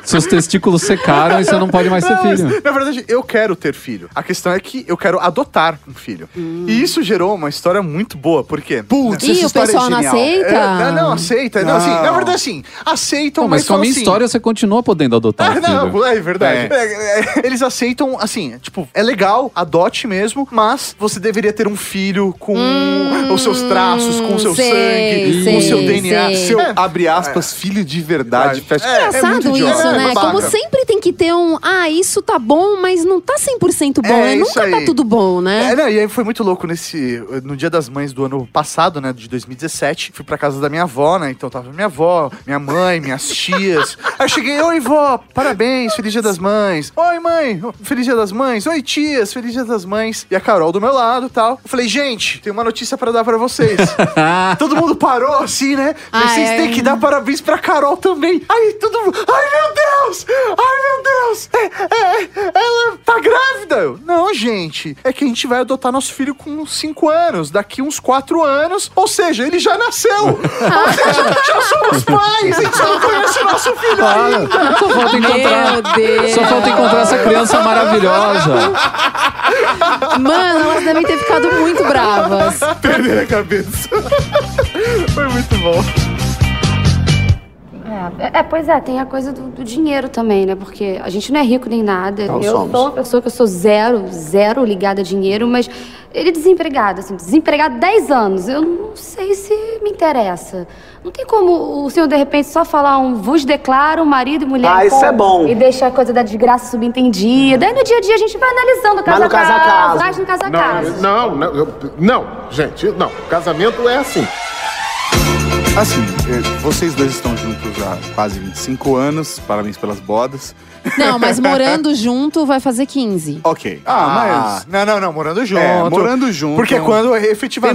C: seus testículos secaram e você não pode mais ser
B: Não, mas,
C: filho.
B: na verdade, eu quero ter filho. A questão é que eu quero adotar um filho. E isso gerou uma história muito boa, por quê? Né?
A: Putz,
D: Ih, o pessoal não aceita?
B: É, não, não, aceita. Não, assim,
A: Não.
B: na verdade, assim, aceitam,
C: Não,
B: mas.
C: mas com a
B: falam
C: minha
B: assim,
C: história você continua podendo adotar
B: Ah,
C: um filho.
B: não, é verdade.
A: É.
B: É, é, eles aceitam, assim, tipo, é legal, adote mesmo, mas você deveria ter um filho com os seus traços, com o seu
D: Hum, sei,
B: sangue, com
D: sei,
B: o seu DNA.
D: sei.
A: Seu,
B: É,
A: abre aspas, filho de verdade, fecha
B: É, é muito
D: Engraçado
B: idiota,
D: isso,
B: é
D: né?
B: babaca.
D: Como sempre tem que ter um. Ah, isso tá bom, mas não tá 100% bom.
B: É,
D: né?
B: isso
D: Nunca
B: aí.
D: tá tudo bom,
B: É,
D: né?
B: não, e aí foi muito louco nesse. No dia das mães do ano passado, né? De 2017, fui pra casa da minha avó, né? Então tava minha avó, minha mãe, minhas tias. Aí eu cheguei, oi, vó, parabéns, feliz dia das mães. Oi, mãe, feliz dia das mães. Oi, tias, feliz dia das mães. E a Carol do meu lado tal. Eu falei, gente, tem uma notícia pra dar pra vocês. Todo mundo parou assim, né? Mas
D: Ai,
B: vocês
D: ai,
B: têm que
D: ai.
B: dar parabéns pra Carol também. Aí todo mundo. Ai, meu Deus! Ai, meu Deus! É, é, ela tá grávida! Eu, Não, gente. É que a gente vai adotar nosso filho com uns 5 anos, daqui uns 4 anos. Ou seja, ele já nasceu!
D: Ah.
B: Ou seja, já somos pais! A gente só não conhece o nosso filho!
C: Para. Só falta encontrar.
D: Meu Deus.
C: Só falta encontrar essa criança maravilhosa.
D: Mano, elas devem ter ficado muito bravas.
B: Perder a cabeça. Foi muito bom.
H: É, é, pois é, tem a coisa do, do dinheiro também, né? Porque a gente não é rico nem nada.
B: Não
H: eu
B: somos.
H: sou uma pessoa que eu sou zero, zero ligada a dinheiro, mas ele é desempregado, assim, desempregado há 10 anos. Eu não sei se me interessa. Não tem como o senhor, de repente, só falar um vos declaro, marido e mulher.
I: Ah,
H: e
I: isso
H: ponto",
I: é bom.
H: E deixar a coisa da desgraça subentendida. Aí no dia a dia a gente vai analisando caso
I: no
H: a
I: caso a caso.
H: Faz no caso a caso.
G: Não, não, não, eu- não, gente, não. Casamento é assim.
A: Assim, é, vocês dois estão juntos há quase 25 anos, parabéns pelas bodas.
D: Não, mas morando junto vai fazer 15.
A: Ok.
B: Ah, mas. Não, não, não, morando junto.
A: É, morando junto.
B: Porque
A: é um-
B: quando efetivamente.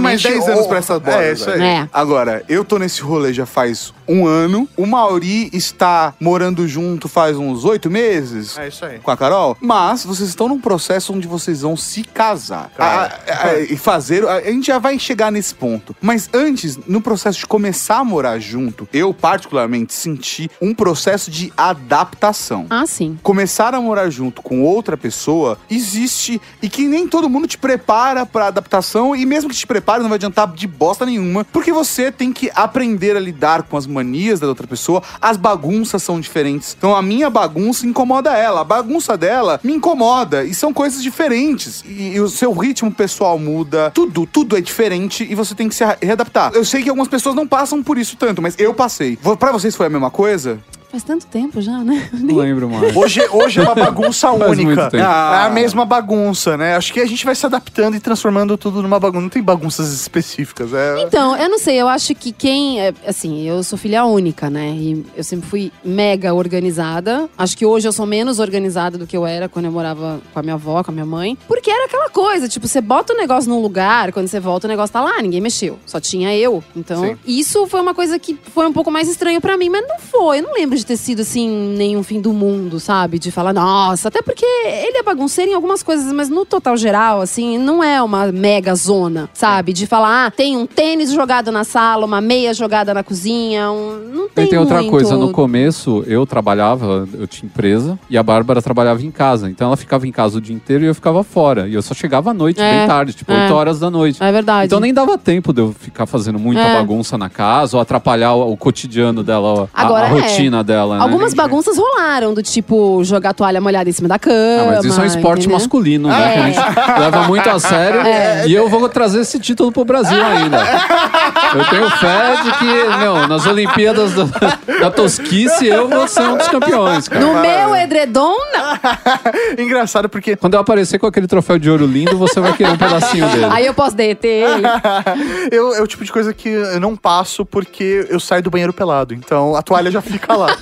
A: Tem mais 10 anos
B: o-
A: pra essa bola,
B: É, isso aí.
A: velho.
D: É.
A: Agora, eu tô nesse rolê já faz um ano. O Mauri está morando junto faz uns oito meses.
B: É isso aí.
A: Com a Carol, mas vocês estão num processo onde vocês vão se casar
B: Cara.
A: A- a- a- e fazer. A, a gente já vai chegar nesse ponto. Mas antes, no processo de começar a morar junto, eu particularmente senti um processo de adaptação
D: Ah, sim.
A: começar a morar junto com outra pessoa existe e que nem todo mundo te prepara pra adaptação e mesmo que te prepare não vai adiantar de bosta nenhuma, porque você tem que aprender a lidar com as manias da outra pessoa, as bagunças são diferentes. Então a minha bagunça incomoda ela, a bagunça dela me incomoda e são coisas diferentes. E, e o seu ritmo pessoal muda, tudo, tudo é diferente e você tem que se a- readaptar. Eu sei que algumas pessoas não passam por isso tanto, mas eu passei. Vo- Pra vocês foi a mesma coisa?
D: Faz tanto tempo já, né?
C: Não lembro mais.
B: Hoje, hoje é uma bagunça
C: Faz muito
B: única.
C: tempo.
B: É
D: Ah.
B: a mesma bagunça, né? Acho que a gente vai se adaptando e transformando tudo numa bagunça. Não tem bagunças específicas. É...
D: Então, eu não sei, eu acho que quem. é, Assim, eu sou filha única, né? E eu sempre fui mega organizada. Acho que hoje eu sou menos organizada do que eu era quando eu morava com a minha avó, com a minha mãe. Porque era aquela coisa, tipo, você bota o negócio num lugar, quando você volta, o negócio tá lá, ninguém mexeu. Só tinha eu. Então,
B: Sim.
D: isso foi uma coisa que foi um pouco mais estranho pra mim, mas não foi. Eu não lembro de ter sido, assim, nenhum fim do mundo, sabe? De falar, nossa, até porque ele é bagunceiro em algumas coisas, mas no total geral, assim, não é uma mega zona, sabe? De falar, ah, tem um tênis jogado na sala, uma meia jogada na cozinha, um... não tem
C: E tem outra
D: muito.
C: coisa, no começo eu trabalhava, eu tinha empresa, e a Bárbara trabalhava em casa. Então ela ficava em casa o dia inteiro e eu ficava fora. E eu só chegava à noite,
D: É,
C: bem tarde, tipo
D: é.
C: 8 horas da noite.
D: É verdade.
C: Então nem dava tempo de eu ficar fazendo muita
D: É.
C: bagunça na casa ou atrapalhar o, o cotidiano dela, a-
D: Agora
C: a,
D: é.
C: rotina dela. né?
D: Algumas bagunças rolaram, do tipo jogar a toalha molhada em cima da
C: Ah,
D: cama.
C: mas isso é um esporte
D: entendeu? É.
C: masculino, né? Que a gente leva muito a sério. E eu vou trazer esse título pro Brasil ainda. Eu tenho fé de que, meu, nas Olimpíadas da, da Tosquice, eu vou ser um dos campeões, cara.
D: No meu edredom, não.
B: Engraçado porque
C: Quando eu aparecer com aquele troféu de ouro lindo, você vai querer um pedacinho dele.
D: Aí eu posso derreter. ele.
B: eu, é o tipo de coisa que eu não passo porque eu saio do banheiro pelado. Então a toalha já fica lá.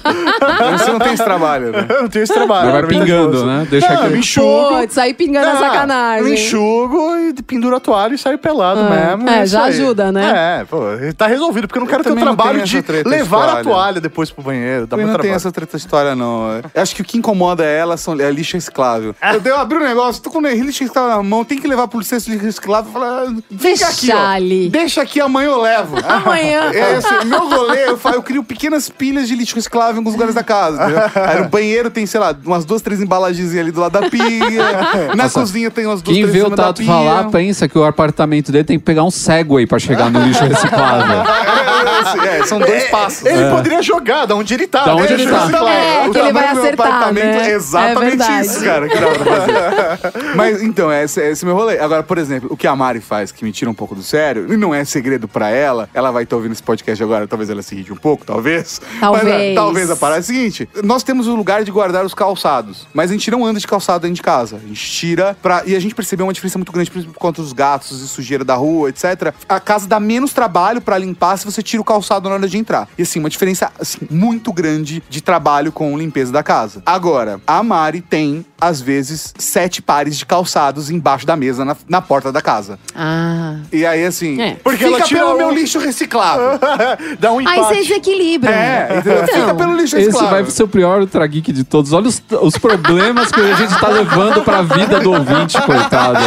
A: Você não tem esse trabalho, né?
B: eu não tenho esse trabalho.
C: Mas vai
B: pra mim,
C: pingando,
B: esposa.
C: né? Deixa
B: Não,
C: aquele-
B: eu enxugo.
D: Putz, aí pingando a
B: Ah,
D: sacanagem.
B: Eu enxugo e penduro a toalha e saio pelado
D: Ah,
B: mesmo.
D: é,
B: isso
D: já
B: aí.
D: ajuda, né?
B: É, pô, tá resolvido, porque eu não quero ter o
A: também não
B: trabalho
A: tenho
B: de
A: essa treta de
B: levar a
A: toalha.
B: toalha depois pro banheiro. Dá
C: Tá
A: Eu
B: muito
A: não tem
B: trabalho.
A: essa treta história, não. Eu acho que o que incomoda ela são, é lixo reciclável. Eu, dei- eu abri um negócio, tô com lixo reciclável na mão, tem que levar pro lixo reciclável. Eu falo, ah, fica aqui, ó.
D: Deixa ali.
A: Deixa aqui, amanhã eu levo.
D: Amanhã.
A: É, assim, meu rolê, eu, fa- eu crio pequenas pilhas de lixo reciclável em alguns lugares da casa. entendeu? Aí no banheiro tem, sei lá, umas duas, três embalagens ali do lado da pia. Na cozinha tem umas duas,
C: Quem
A: três
C: vê
A: em
C: o
A: cima da
C: Tato
A: pia.
C: falar, pensa que o apartamento dele tem que pegar um Segway pra chegar no lixo reciclável.
A: É, é, é, são dois passos.
B: Ele poderia jogar, da onde ele tá.
C: Da onde
B: né?
C: ele
B: Isso
C: tá.
B: é claro.
D: É,
A: O
D: que ele vai
A: tamanho do meu
D: acertar,
A: apartamento
D: né?
A: É
D: É
A: exatamente
D: verdade.
A: isso, cara. Que da hora fazer. Mas então, esse, esse é o meu rolê. Agora, por exemplo, o que a Mari faz, que me tira um pouco do sério, e não é segredo pra ela, ela vai estar ouvindo esse podcast agora, talvez ela se irrite um pouco, talvez.
D: Talvez.
A: Mas, ah, talvez a parada é a seguinte: nós temos o lugar de guardar os calçados, mas a gente não anda de calçado dentro de casa. A gente tira pra. E a gente percebeu uma diferença muito grande, principalmente por conta dos gatos e sujeira da rua, etc. A casa dá menos trabalho pra limpar se você tira o calçado na hora de entrar. E assim, uma diferença assim, muito grande de trabalho com limpeza da casa. Agora, a Mari tem, às vezes, sete pares de calçados embaixo da mesa na, na porta da casa.
D: Ah.
A: E aí, assim.
D: É.
A: Porque
B: Porque
A: fica
B: ela tira
A: pelo
B: o-
A: meu lixo reciclável.
B: Dá um
D: Aí vocês
B: empate.
D: equilibram.
A: É, entendeu?
D: Então,
A: fica pelo jogando lixo
C: Esse
A: esclavo.
C: vai ser o pior Ultra Geek de todos. Olha os, os problemas que a gente tá levando pra vida do ouvinte, coitado.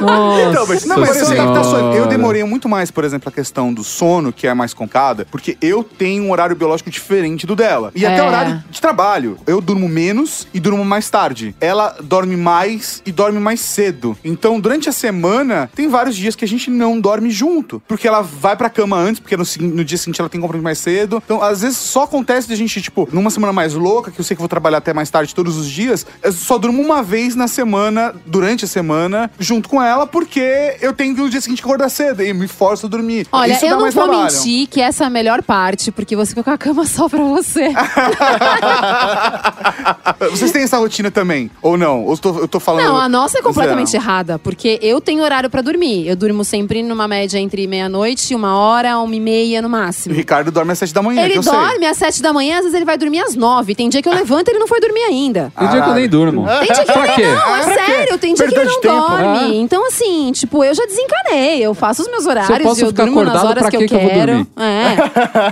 C: Nossa
B: Então, mas-
A: Não, mas eu sei que tá sonhando. Eu
C: Senhora.
A: demorei muito mais, por exemplo, a questão do sono, que é mais concada, porque eu tenho um horário biológico diferente do dela. E até
D: É.
A: horário de trabalho. Eu durmo menos e durmo mais tarde. Ela dorme mais e dorme mais cedo. Então, durante a semana, tem vários dias que a gente não dorme junto. Porque ela vai pra cama antes, porque no, segui- no dia seguinte ela tem compromisso mais cedo. Então, às vezes, só acontece de a gente, tipo, numa semana mais louca, que eu sei que eu vou trabalhar até mais tarde todos os dias, eu só durmo uma vez na semana, durante a semana, junto com ela, porque eu tenho que no dia seguinte acordar cedo e me forço a dormir.
D: Olha,
A: Isso dá
D: eu não
A: mais
D: vou
A: trabalho.
D: mentir que essa é a melhor parte, porque você ficou com a cama só pra você.
A: Ah, Vocês têm essa rotina também, ou não? Ou eu tô, eu tô falando...
D: Não, a nossa é completamente
A: Zero.
D: errada, porque eu tenho horário pra dormir. Eu durmo sempre numa média entre meia-noite, uma hora, uma e meia
A: O
D: no máximo.
A: Ricardo dorme às sete da manhã, é que
D: Ele
A: eu sei.
D: dorme às sete da manhã, às vezes ele vai dormir às nove. Tem dia que eu levanto e ele não foi dormir ainda.
C: Tem dia que eu nem durmo.
D: Tem dia que ele
C: pra quê?
D: não, é sério, tem dia que
B: Perda
D: ele
B: de
D: não
B: tempo.
D: dorme.
C: Ah.
D: Então, assim, tipo, eu já desencanei, eu faço os meus horários,
C: posso
D: eu
C: ficar
D: durmo nas
C: acordado,
D: horas
C: pra
D: que eu
C: que que eu vou
D: quero.
C: dormir?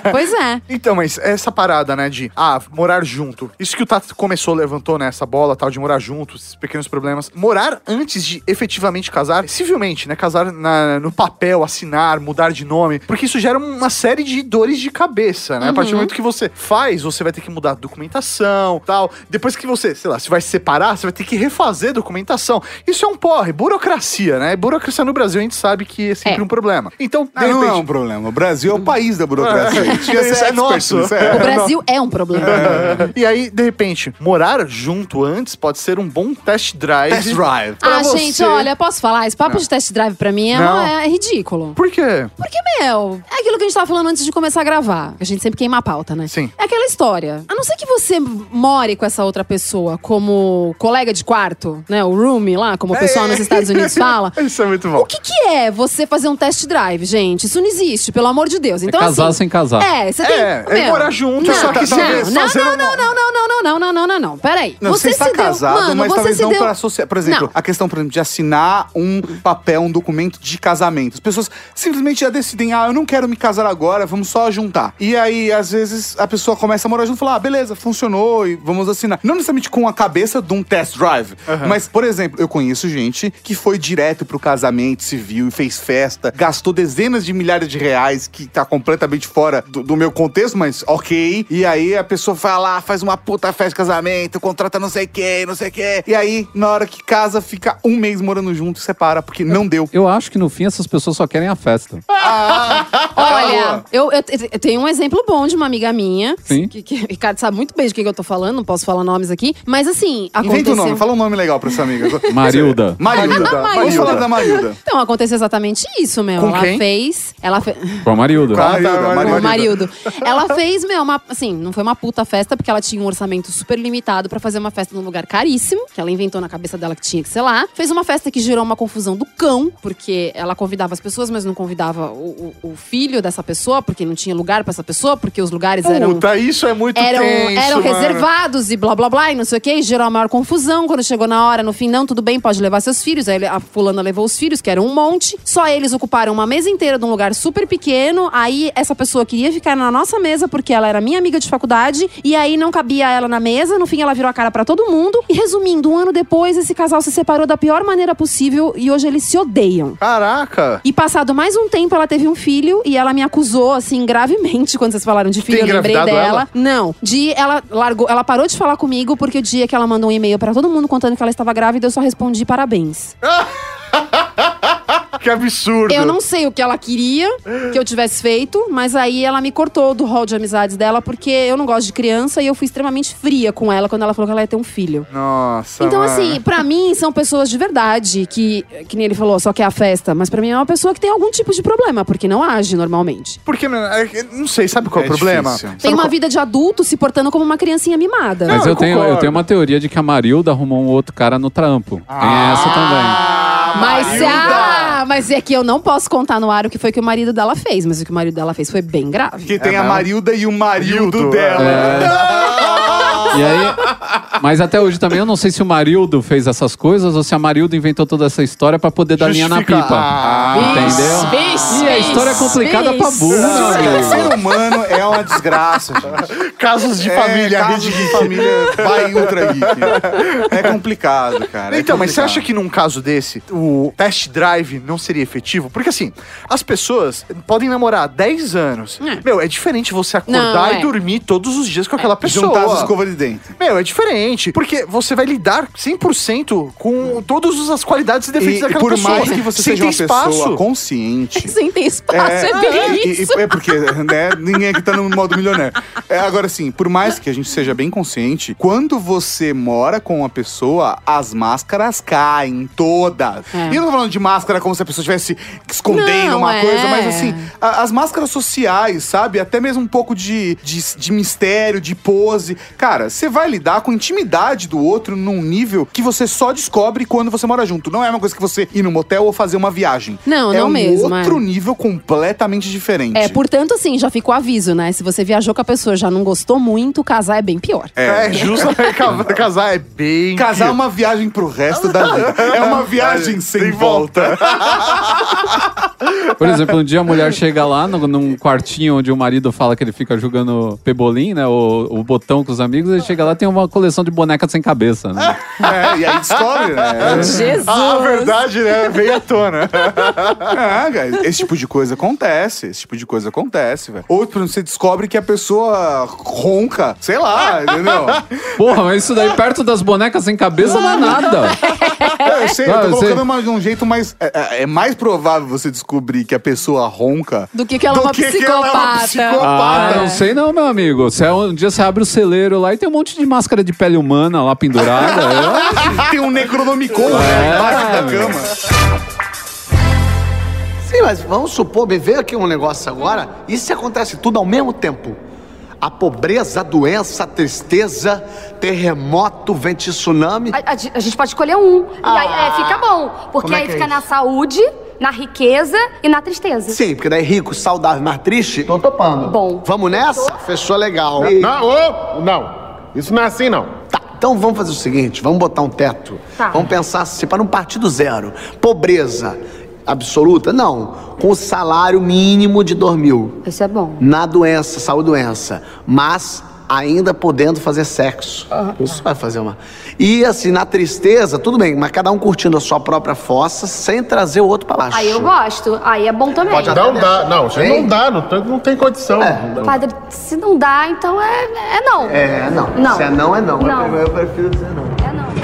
D: é. Pois é.
B: Então, mas essa parada, né, de ah, morar junto. Isso que o Tato começou, levantou né, essa bola tal, de morar junto, esses pequenos problemas. Morar antes de efetivamente casar, civilmente, né? Casar na- no papel, assinar, mudar de nome. Porque isso gera uma série de dores de cabeça, né? A partir do momento que você faz, você vai ter que mudar a documentação tal. Depois que você, sei lá, se vai se separar, você vai ter que refazer a documentação. Isso é um porre, burocracia, né? Burocracia no Brasil a gente sabe que é sempre
D: É.
B: um problema. Então, de
A: Ah, Não, é
B: repente.
A: um problema. O Brasil é o país da burocracia.
B: É.
A: Tinha que ser
B: Isso é
A: expert
B: nosso.
A: nisso,
D: O
A: é.
D: Brasil é um problema.
B: E aí, de repente, morar junto antes pode ser um bom test drive.
A: Test drive.
B: pra
D: Ah,
B: você.
D: gente, olha, posso falar? Esse papo de test drive pra mim é,
B: Não.
D: é ridículo.
B: Por quê?
D: Porque, meu, é aquilo que a gente tava falando antes de começar a gravar. A gente sempre queima a pauta, né?
B: Sim.
D: É aquela história. A não ser que você more com essa outra pessoa como colega de quarto, né? O roomie lá, como o
B: É,
D: pessoal nos Estados Unidos fala.
B: Isso é muito bom.
D: O que, que é você fazer um test drive, gente? Isso não existe, pelo amor de Deus. Então,
C: É casar
D: assim,
C: sem casar.
D: É, você tem.
B: É, é
D: meu,
B: morar junto,
D: não,
B: só que
D: não,
B: talvez
D: não,
B: fazer
D: não,
B: um-
D: não, não, não, não, não, não, não, não, não. Peraí.
A: Não, você, está
D: se deu-
A: casado,
D: Mano,
A: mas
D: você
A: talvez
D: se
A: não
D: deu...
A: pra associar. Por exemplo,
D: Não.
A: a questão por exemplo, de assinar um papel, um documento de casamento. As pessoas simplesmente já decidem, ah, eu não quero me casar agora, vamos só juntar. E aí, às vezes, a pessoa começa a morar junto e fala, ah, beleza, funcionou e vamos assinar. Não necessariamente com a cabeça de um test drive, mas, por exemplo, eu conheço gente que foi direto pro casamento civil e fez festa, gastou dezenas de milhares de reais, que tá completamente fora do, do meu contexto, mas ok. E aí a pessoa vai lá, faz uma puta festa de casamento, contrata não sei quem, não sei quem. E aí, na hora que casa, fica um mês morando junto e separa, porque não deu.
C: Eu acho que no fim essas pessoas só querem a festa.
D: Olha, eu, eu, eu tenho um exemplo bom de uma amiga minha.
C: Sim.
D: Que, que- Ricardo sabe muito bem de quem que eu tô falando, não posso falar nomes aqui. Mas assim,
A: Inventa
D: aconteceu.
A: o nome, fala um nome legal pra essa amiga.
C: Marilda.
A: Marilda. Vamos
D: Marilda.
A: falar da Marilda.
D: Então, aconteceu exatamente isso, meu.
B: Com
D: ela
B: quem?
D: fez. Ela fez.
C: Com a Marilda.
A: Com a Marilda,
B: Marilda.
A: Marilda.
D: O marido. Ela fez, meu, uma. Assim, não foi uma puta festa, porque ela tinha um orçamento super limitado pra fazer uma festa num lugar caríssimo, que ela inventou na cabeça dela que tinha que ser lá. Fez uma festa que gerou uma confusão do cão, porque ela convidava as pessoas, mas não convidava o, o- o filho dessa pessoa, porque não tinha lugar pra essa pessoa, porque os lugares eram
B: Puta, isso é muito
D: eram,
B: tenso, mano.
D: eram reservados e blá blá blá e não sei o que, e gerou a maior confusão. Quando chegou na hora, no fim, não, tudo bem, pode levar seus filhos. Aí a fulana levou os filhos, que eram um monte. Só eles ocuparam uma mesa inteira de um lugar super pequeno. Aí essa pessoa queria ficar na nossa mesa porque ela era minha amiga de faculdade. E aí não cabia ela na mesa. No fim, ela virou a cara pra todo mundo. E resumindo, um ano depois, esse casal se separou da pior maneira possível e hoje eles se odeiam.
B: Caraca.
D: E passado mais um tempo, ela teve um filho e ela me acusou, assim, gravemente, quando vocês falaram de filho,
B: Tem
D: eu lembrei
B: engravidado
D: dela.
B: ela?
D: Não. De ela largou, ela parou de falar comigo porque o dia que ela mandou um e-mail pra todo mundo contando que ela estava grávida, eu só respondi parabéns.
B: Que absurdo.
D: Eu não sei o que ela queria que eu tivesse feito, mas aí ela me cortou do hall de amizades dela porque eu não gosto de criança e eu fui extremamente fria com ela quando ela falou que ela ia ter um filho.
B: Nossa,
D: Então,
B: mano.
D: assim, pra mim, são pessoas de verdade que, que nem ele falou, só quer a festa. Mas pra mim é uma pessoa que tem algum tipo de problema, porque não age normalmente.
B: Porque, mano, é- não sei, sabe qual é
A: É
B: o problema?
A: difícil.
B: Sabe
D: Tem uma
B: qual-
D: vida de adulto se portando como uma criancinha mimada.
C: Mas
B: eu
C: eu, tenho, eu
B: concordo.
C: tenho uma teoria de que a Marilda arrumou um outro cara no trampo. Tem essa também.
B: Ah,
D: mas, se-
B: Marilda.
D: ah, mas é que eu não posso contar no ar o que foi que o marido dela fez, mas o que o marido dela fez foi bem grave.
A: Que tem a Marilda e o marido
B: Marildo,
A: dela.
B: é.
C: E aí, mas até hoje também eu não sei se o Marildo fez essas coisas ou se a Marildo inventou toda essa história pra poder dar linha na
B: Justificar.
C: pipa.
B: Ah.
C: entendeu?
I: Bis,
C: Ih, a
I: bis,
C: história é complicada pra
I: bis.
C: burro,
A: Não,
C: amigo.
A: ser humano é uma desgraça, gente.
B: Casos de
A: É,
B: família.
A: casos
B: rede-
A: de família vai ultra geek. É complicado, cara. é
B: Então, mas você
A: complicado.
B: acha que num caso desse, o test drive não seria efetivo? Porque assim, as pessoas podem namorar 10 anos.
I: É.
B: Meu, é diferente você acordar
I: Não,
B: e
I: é.
B: dormir todos os dias com aquela pessoa.
A: Juntar as escovas de dente.
B: Meu, é diferente. Porque você vai lidar 100% com todas as qualidades e defeitos
A: E, e
B: daquela
A: por
B: pessoa.
A: mais que você
B: Sem
A: seja uma
B: ter espaço.
A: pessoa consciente,
I: Sim, tem
D: Ah,
I: espaço, é, bem
A: e- e-
I: isso.
A: é porque, né, ninguém aqui tá no modo milionário. É, agora, assim, por mais que a gente seja bem consciente, quando você mora com uma pessoa, as máscaras caem todas.
I: É.
A: E eu não tô falando de máscara como se a pessoa estivesse escondendo
I: Não,
A: uma
I: é.
A: coisa, mas assim, a- as máscaras sociais, sabe? Até mesmo um pouco de, de, de mistério, de pose. Cara, você vai lidar com a intimidade do outro num nível que você só descobre quando você mora junto. Não é uma coisa que você ir no motel ou fazer uma viagem.
D: Não,
A: é
D: não
A: um
D: mesmo,
A: Outro
D: é.
A: nível completamente diferente.
D: É, portanto, assim, já fica o aviso, né? Se você viajou com a pessoa e já não gostou muito, casar é bem pior.
B: É, justo ca- casar é bem.
A: Casar é
B: pior.
A: uma viagem pro resto da vida. É uma viagem sem
B: Sem
A: volta.
C: Por exemplo, um dia a mulher chega lá no- num quartinho onde o marido fala que ele fica jogando pebolim, né? O, o botão com os amigos, ele chega lá e tem uma coleção de bonecas sem cabeça, né?
A: É, e aí descobre, né?
I: Jesus.
B: Ah, a verdade, né? Veio à tona.
A: É, cara, esse tipo de coisa acontece. Esse tipo de coisa acontece, velho. Ou por exemplo, você descobre que a pessoa ronca, sei lá, entendeu?
C: Porra, mas isso daí perto das bonecas sem cabeça não é nada.
A: É, eu sei, eu
C: Ah,
A: tô
C: eu
A: colocando
C: sei.
A: uma- de um jeito mais. é- É, é mais provável você descobrir que a pessoa ronca.
D: Do que que ela é
A: do
D: uma
A: que que ela é uma
D: psicopata.
C: Ah,
A: psicopata.
C: não sei não, meu amigo. Você, um dia você abre o celeiro lá e tem um monte de máscara de pele humana lá pendurada. Eu-
A: Tem um necronomicon né, embaixo da cama.
J: Sim, mas vamos supor, me veio aqui um negócio agora, isso acontece tudo ao mesmo tempo. A pobreza, a doença, a tristeza, terremoto, vento e tsunami.
H: A, a gen- a gente pode escolher um. E aí
J: Ah.
H: é, fica bom. Porque
J: Como é
H: aí
J: que é
H: fica
J: isso?
H: na saúde, na riqueza e na tristeza.
J: Sim, porque daí rico, saudável, mas triste. Tô topando.
H: Bom.
J: Vamos nessa? Fechou legal.
G: Não, ô, não. Isso não é assim, não.
J: Tá, então vamos fazer o seguinte, vamos botar um teto.
H: Tá.
J: Vamos pensar assim, para não partir do zero. Pobreza absoluta? Não. Com salário mínimo de 2 mil.
H: Isso é bom.
J: na doença, saúde doença, mas ainda podendo fazer sexo. Isso vai fazer uma. E assim, na tristeza, tudo bem, mas cada um curtindo a sua própria fossa sem trazer o outro pra baixo.
H: Aí eu gosto. Aí é bom também.
J: Pode até-
G: Não dá, não, gente,
J: Hein?
G: não dá, não, tem- não tem condição.
J: É.
G: Não.
H: Padre, se não dá, então é, é não.
J: É, não.
H: Não.
J: Se é não, é não.
H: Não.
J: Eu, eu prefiro dizer não.
H: É não.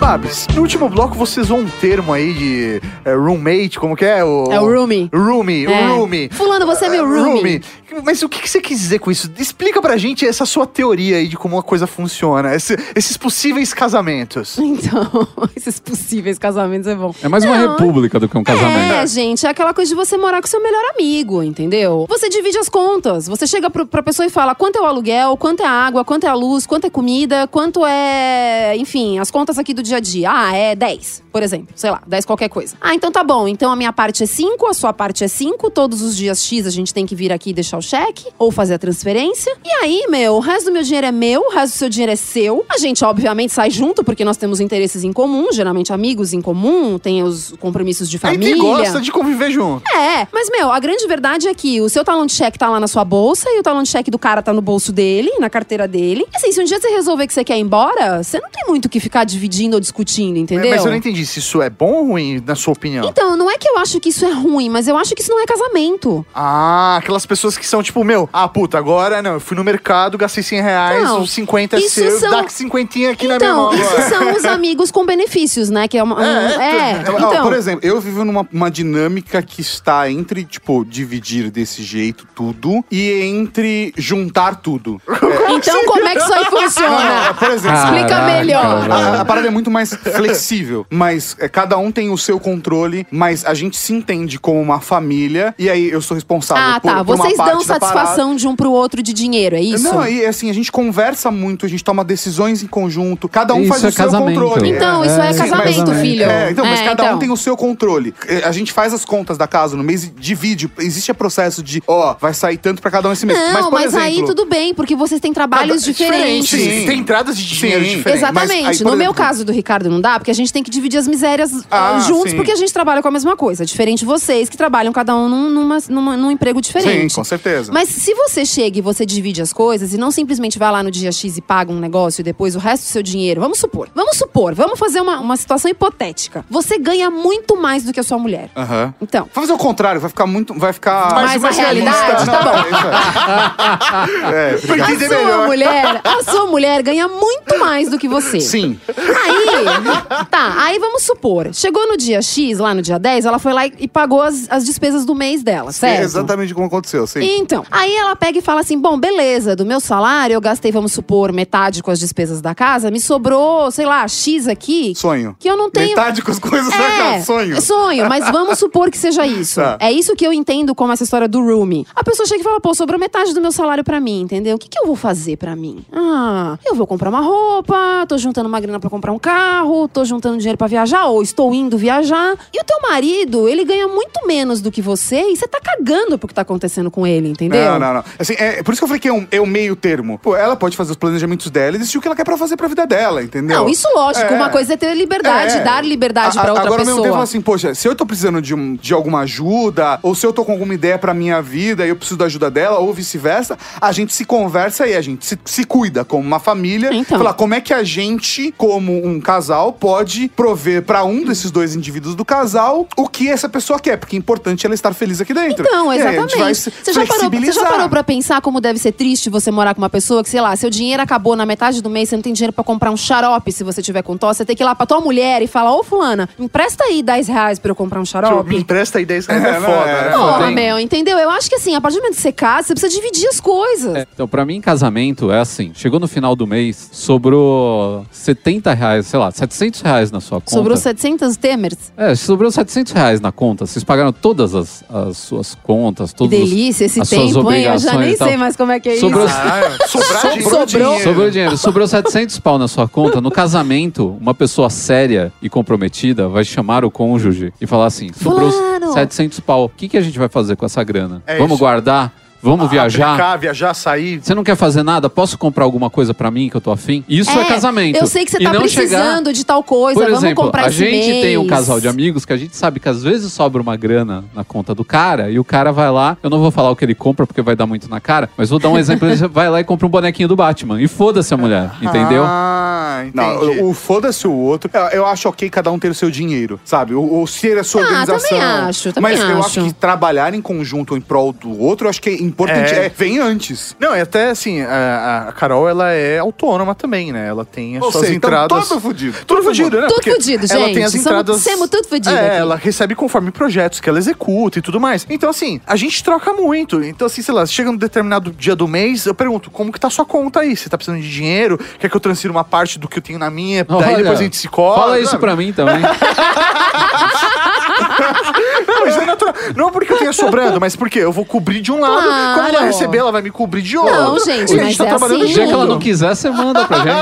B: Babs, no último bloco vocês vão um termo aí de é, roommate, como que é? O...
D: É o roomie.
B: Roomie,
D: É.
B: o roomie.
D: Fulano, você é meu roomie.
B: Mas o que, que você quis dizer com isso? Explica pra gente essa sua teoria aí de como a coisa funciona, esse- esses possíveis casamentos.
D: Então, esses possíveis casamentos é bom.
C: É mais uma
D: Não,
C: república do que um casamento.
D: É, gente, é aquela coisa de você morar com seu melhor amigo, entendeu? Você divide as contas. Você chega pro, pra pessoa e fala quanto é o aluguel, quanto é a água, quanto é a luz, quanto é comida, quanto é. Enfim, as contas aqui do dia a dia. Ah, é 10, por exemplo. Sei lá, 10 qualquer coisa. Ah, então tá bom. Então a minha parte é 5, a sua parte é 5. Todos os dias X a gente tem que vir aqui e deixar o cheque ou fazer a transferência. E aí, meu, o resto do meu dinheiro é meu, o resto do seu dinheiro é seu. A gente, obviamente, sai junto porque nós temos interesses em comum, geralmente amigos em comum, tem os compromissos de
B: Aí
D: família.
B: quem gosta de conviver junto.
D: É, mas, meu, a grande verdade é que o seu talão de cheque tá lá na sua bolsa e o talão de cheque do cara tá no bolso dele, na carteira dele. E, assim, se um dia você resolver que você quer ir embora, você não tem muito o que ficar dividindo ou discutindo, entendeu?
B: Mas eu não entendi se isso é bom ou ruim, na sua opinião.
D: Então, não é que eu acho que isso é ruim, mas eu acho que isso não é casamento.
B: Ah, aquelas pessoas que são tipo, meu, ah, puta, agora não, eu fui no mercado, gastei 100 reais,
D: Não,
B: os 50 é
D: isso
B: seu,
D: são-
B: dá que é cinquentinha aqui na minha mão
D: Então,
B: agora.
D: isso são os amigos com benefícios, né? Que é uma. um- é,
A: Ó,
D: então.
A: por exemplo, eu vivo numa uma dinâmica que está entre, tipo, dividir desse jeito tudo e entre juntar tudo.
D: Então, como é que isso aí
A: Não, não,
D: funciona?
A: por exemplo,
D: Explica
C: Caraca,
D: melhor.
A: a, a parada é muito mais flexível. Mas é, cada um tem o seu controle, mas a gente se entende como uma família. E aí eu sou responsável
D: Ah,
A: por,
D: tá.
A: por uma
D: Vocês
A: parte
D: dão
A: da parada.
D: satisfação de um pro outro de dinheiro, é isso?
A: Não, e assim, a gente conversa muito, a gente toma decisões em conjunto, cada um
C: Isso
A: faz
C: é
A: o seu
C: casamento.
A: controle.
D: Então, isso é
A: Sim,
D: casamento,
A: mas-
D: filho.
A: É, então, mas
D: É,
A: cada um
D: então.
A: tem o seu controle. É, A gente faz as contas da casa no mês e divide. Existe processo de, ó, vai sair tanto pra cada um esse mês.
D: Não,
A: mas,
D: mas,
A: por exemplo, é
D: aí tudo bem, porque vocês têm trabalhos diferentes.
A: Sim.
B: Tem entradas de dinheiro
A: Sim.
B: diferentes.
D: Exatamente.
A: Mas aí, por
D: no meu
A: exemplo-
D: caso do Ricardo não dá, porque a gente tem que dividir as misérias eh,
A: Ah,
D: juntos,
A: sim.
D: porque a gente trabalha com a mesma coisa. Diferente de vocês, que trabalham cada um num, numa- numa- num emprego diferente.
A: Sim, com certeza.
D: Mas se você chega e você divide as coisas e não simplesmente vai lá no dia X e paga um negócio e depois o resto do seu dinheiro, vamos supor, vamos supor, vamos fazer uma, uma situação hipotética. Você ganha muito mais do que a sua mulher.
A: Aham.
D: Então.
A: Vai fazer o contrário, vai ficar muito. Vai ficar.
D: Mas a realidade, tá bom.
A: É, isso aí.
D: A
A: é,
D: sua mulher, a sua mulher ganha muito mais do que você.
A: Sim. É
D: Aí, tá, aí vamos supor. Chegou no dia X, lá no dia 10, ela foi lá e, e pagou as, as despesas do mês dela, certo?
A: É exatamente como aconteceu, sim.
D: Então, aí ela pega e fala assim: bom, beleza, do meu salário eu gastei, vamos supor, metade com as despesas da casa, me sobrou, sei lá, X aqui.
A: Sonho.
D: Que eu não tenho.
A: Metade com as coisas um
D: É,
A: sonho.
D: Sonho, mas vamos supor que seja isso.
A: Tá.
D: É isso que eu entendo como essa história do rooming. A pessoa chega e fala, pô, sobrou metade do meu salário pra mim, entendeu? O que, que eu vou fazer pra mim? Ah, eu vou comprar uma roupa, tô juntando uma grana pra comprar um carro, tô juntando dinheiro pra viajar, ou estou indo viajar. E o teu marido, ele ganha muito menos do que você e você tá cagando pro que tá acontecendo com ele, entendeu?
A: Não, não, não. Assim, é, por isso que eu falei que é um, é um meio termo. Pô, ela pode fazer os planejamentos dela e decidir o que ela quer pra fazer pra vida dela, entendeu?
D: Não, isso lógico.
A: É.
D: Uma coisa é ter liberdade,
A: É.
D: dar liberdade
A: A-
D: pra
A: a-
D: outra
A: Agora, ao mesmo
D: pessoa.
A: tempo, assim, poxa, se eu tô precisando de, um- de alguma ajuda, ou se eu tô com alguma ideia pra minha vida e eu preciso da ajuda dela, ou vice-versa, a gente se conversa e a gente se, se cuida como uma família.
D: Então.
A: Falar como é que a gente, como um casal, pode prover pra um desses dois indivíduos do casal o que essa pessoa quer, porque é importante ela estar feliz aqui
C: É,
A: dentro.
D: Então,
A: E aí, a gente vai
D: exatamente.
A: se
D: Você já, parou, você já
A: flexibilizar.
D: parou pra pensar como deve ser triste você morar com uma pessoa que, sei lá, seu dinheiro acabou na metade do mês, você não tem dinheiro pra comprar um xarope se você tiver com tosse, você tem que ir lá pra tua mulher e falar, ô fulana, empresta aí 10 reais pra eu comprar um
B: Tipo, me
D: xarope.
B: empresta aí 10 reais.
A: É, não,
B: É, foda,
A: é.
B: né?
D: Porra,
C: Tem.
D: meu, entendeu? Eu acho que assim, a partir do momento que você casa, você precisa dividir as coisas.
C: É, Então, pra mim, casamento é assim: chegou no final do mês, sobrou 70 reais, sei lá, 700 reais na sua conta.
D: Sobrou 700 temers.
C: É, sobrou 700 reais na conta. Vocês pagaram todas as, as suas contas,
D: Que
C: todos os-
D: delícia esse
C: as suas
D: tempo, hein? Eu já
C: obrigações
D: nem
C: e tal.
D: sei mais como é que é
C: Sobrou-
D: isso.
B: Ah, sobrar
D: Sobrou-
B: dinheiro.
D: sobrou-
C: Sobrou dinheiro, sobrou 700 pau na sua conta. No casamento, uma pessoa séria e comprometida vai chamar o cônjuge e falar assim: sobrou
D: Fulano.
C: 700 pau, o que, que a gente vai fazer com essa grana?
B: É
C: Vamos
B: isso.
C: guardar? Vamos
B: Ah,
C: viajar?
B: Brincar, viajar, sair.
C: Você não quer fazer nada? Posso comprar alguma coisa pra mim que eu tô afim? Isso é, casamento.
D: Eu sei que você
C: E
D: tá
C: não
D: precisando
C: chegar-
D: de tal coisa,
C: Por
D: é, vamos
C: exemplo,
D: comprar
C: a
D: esse
C: gente tem um
D: mês.
C: casal de amigos que a gente sabe que às vezes sobra uma grana na conta do cara e o cara vai lá, eu não vou falar o que ele compra porque vai dar muito na cara, mas vou dar um exemplo, ele vai lá e compra um bonequinho do Batman e foda-se a mulher, entendeu?
B: Ah, entendi.
A: Não, o, o foda-se o outro. Eu, eu acho ok cada um ter o seu dinheiro, sabe? Ou, ou ser a é sua
D: Ah,
A: organização.
D: também acho, também
A: Mas eu
D: acho.
A: acho que trabalhar em conjunto em prol do outro, eu acho que é importante.
B: É.
A: É, vem antes.
B: Não, e até assim, a, a Carol, ela é autônoma também, né? Ela tem as
A: Ou
B: suas
A: seja, então
B: entradas...
A: todo fudido.
B: Tudo fudido, né?
D: Tudo
B: Porque
D: fudido,
B: Ela
D: gente.
B: tem as
D: Somos-
B: entradas...
D: semos tudo fudido
B: É,
D: aqui.
B: ela recebe conforme projetos que ela executa e tudo mais. Então, assim, a gente troca muito. Então, assim, sei lá, chega num determinado dia do mês, eu pergunto, como que tá sua conta aí? Você tá precisando de dinheiro? Quer que eu transfira uma parte do que eu tenho na minha? Daí
C: Olha,
B: depois a gente se cola.
C: Fala isso
B: sabe?
C: pra mim também.
B: Não, mas é natural. Não porque eu tenha sobrando, mas porque eu vou cobrir de um lado.
D: Claro.
B: Quando ela receber, ela vai me cobrir de outro.
D: Não, gente,
B: E a
D: mas
B: tá
D: é
B: trabalhando
D: assim.
C: O dia que ela não
B: junto.
C: quiser, você manda pra gente.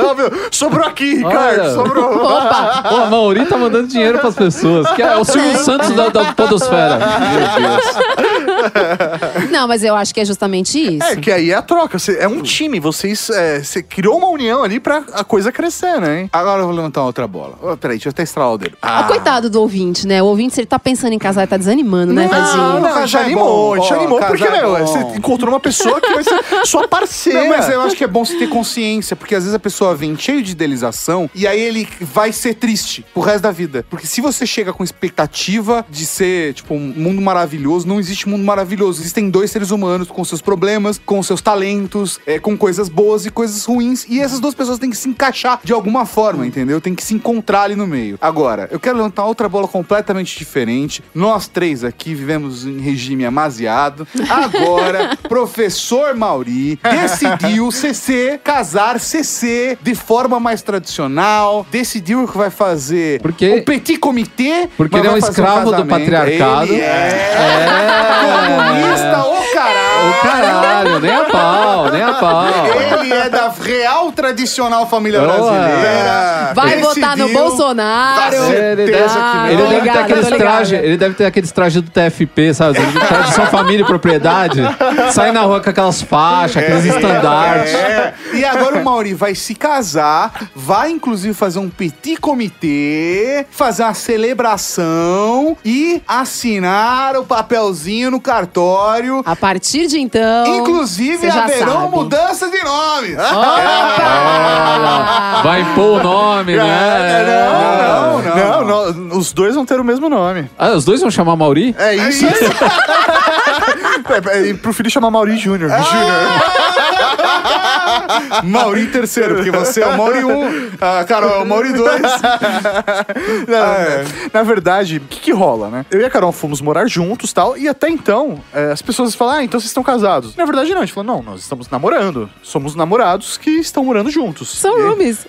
B: Ah, meu, sobrou aqui, Ricardo,
C: Olha.
B: sobrou.
D: Opa!
C: Pô, a Mauri tá mandando dinheiro pras pessoas, que é o Silvio Santos da, da podosfera. Meu Deus.
D: Não, mas eu acho que é justamente isso.
B: É, que aí é a troca. Você- é
A: Hum.
B: um time. Vocês. é, você criou uma união ali pra a coisa crescer, né? hein?
A: Agora eu vou levantar uma outra bola. Ô, peraí, deixa eu até estralar o dedo.
D: Ah, coitado do ouvinte, né? O ouvinte, se ele tá pensando em casar, ele tá desanimando, né, tadinho?
A: casar
B: já
A: é
B: animou,
A: bom.
B: já
A: Ó,
B: animou, porque,
A: casar é
B: meu,
A: bom.
B: você encontrou uma pessoa que vai ser sua parceira.
A: Não, é mas eu acho que é bom você ter consciência, porque às vezes a pessoa vem cheio de idealização e aí ele vai ser triste pro resto da vida. Porque se você chega com expectativa de ser, tipo, um mundo maravilhoso, não existe mundo maravilhoso. Existem dois seres humanos com seus problemas, com seus talentos, é, com coisas boas e coisas ruins. E essas duas pessoas têm que se encaixar de alguma forma, entendeu? Tem que se encontrar ali no meio. Agora, eu quero levantar outra bola completamente diferente. Nós três aqui vivemos em regime amaziado. Agora, professor Mauri decidiu CC casar CC de forma mais tradicional, decidiu que vai fazer
C: Porque-
A: um petit comité.
C: Porque
A: mas
C: ele é
A: vai
C: um
A: fazer
C: escravo do
A: casamento.
C: patriarcado. É.
A: Ele é. Comunista, ô caralho!
C: Ô caralho, nem a pau, nem a pau.
A: Ele é da real tradicional família
C: Ô,
B: Ah,
A: brasileira.
D: Vai
A: Decidiu.
D: votar no Bolsonaro.
A: certeza
D: Ah,
A: que
C: Ele
D: tô
C: deve,
D: ligada,
C: ter
D: tô
C: aqueles
D: ligada.
C: traje, ele deve ter aqueles trajes do TFP, sabe? Ele Traje só família e propriedade. Sai na rua com aquelas faixas, aqueles estandartes.
A: É. E agora o Mauri vai se casar, vai inclusive fazer um petit comitê, fazer uma celebração e assinar o papelzinho no cartório.
D: A partir de então.
A: Inclusive,
D: cê já
A: haverão
D: sabe.
A: mudança de nome.
D: Ah,
C: Vai impor o nome,
A: É.
C: né?
A: Não, não, não.
B: É. Não, não, os dois vão ter o mesmo nome.
C: Ah, os dois vão chamar Mauri?
B: É isso. É, é, e pro filho chamar Mauri Júnior.
A: Ah,
B: Júnior.
A: Mauri terceiro, porque você é o Mauri 1, a Carol é o Mauri 2.
B: Não, né? Na verdade, o que, que rola, né? Eu e a Carol fomos morar juntos tal, e até então é, as pessoas falam, ah, então vocês estão casados. Na verdade, não. A gente falou, não, nós estamos namorando. Somos namorados que estão morando juntos.
D: São
B: E aí-
D: roomies.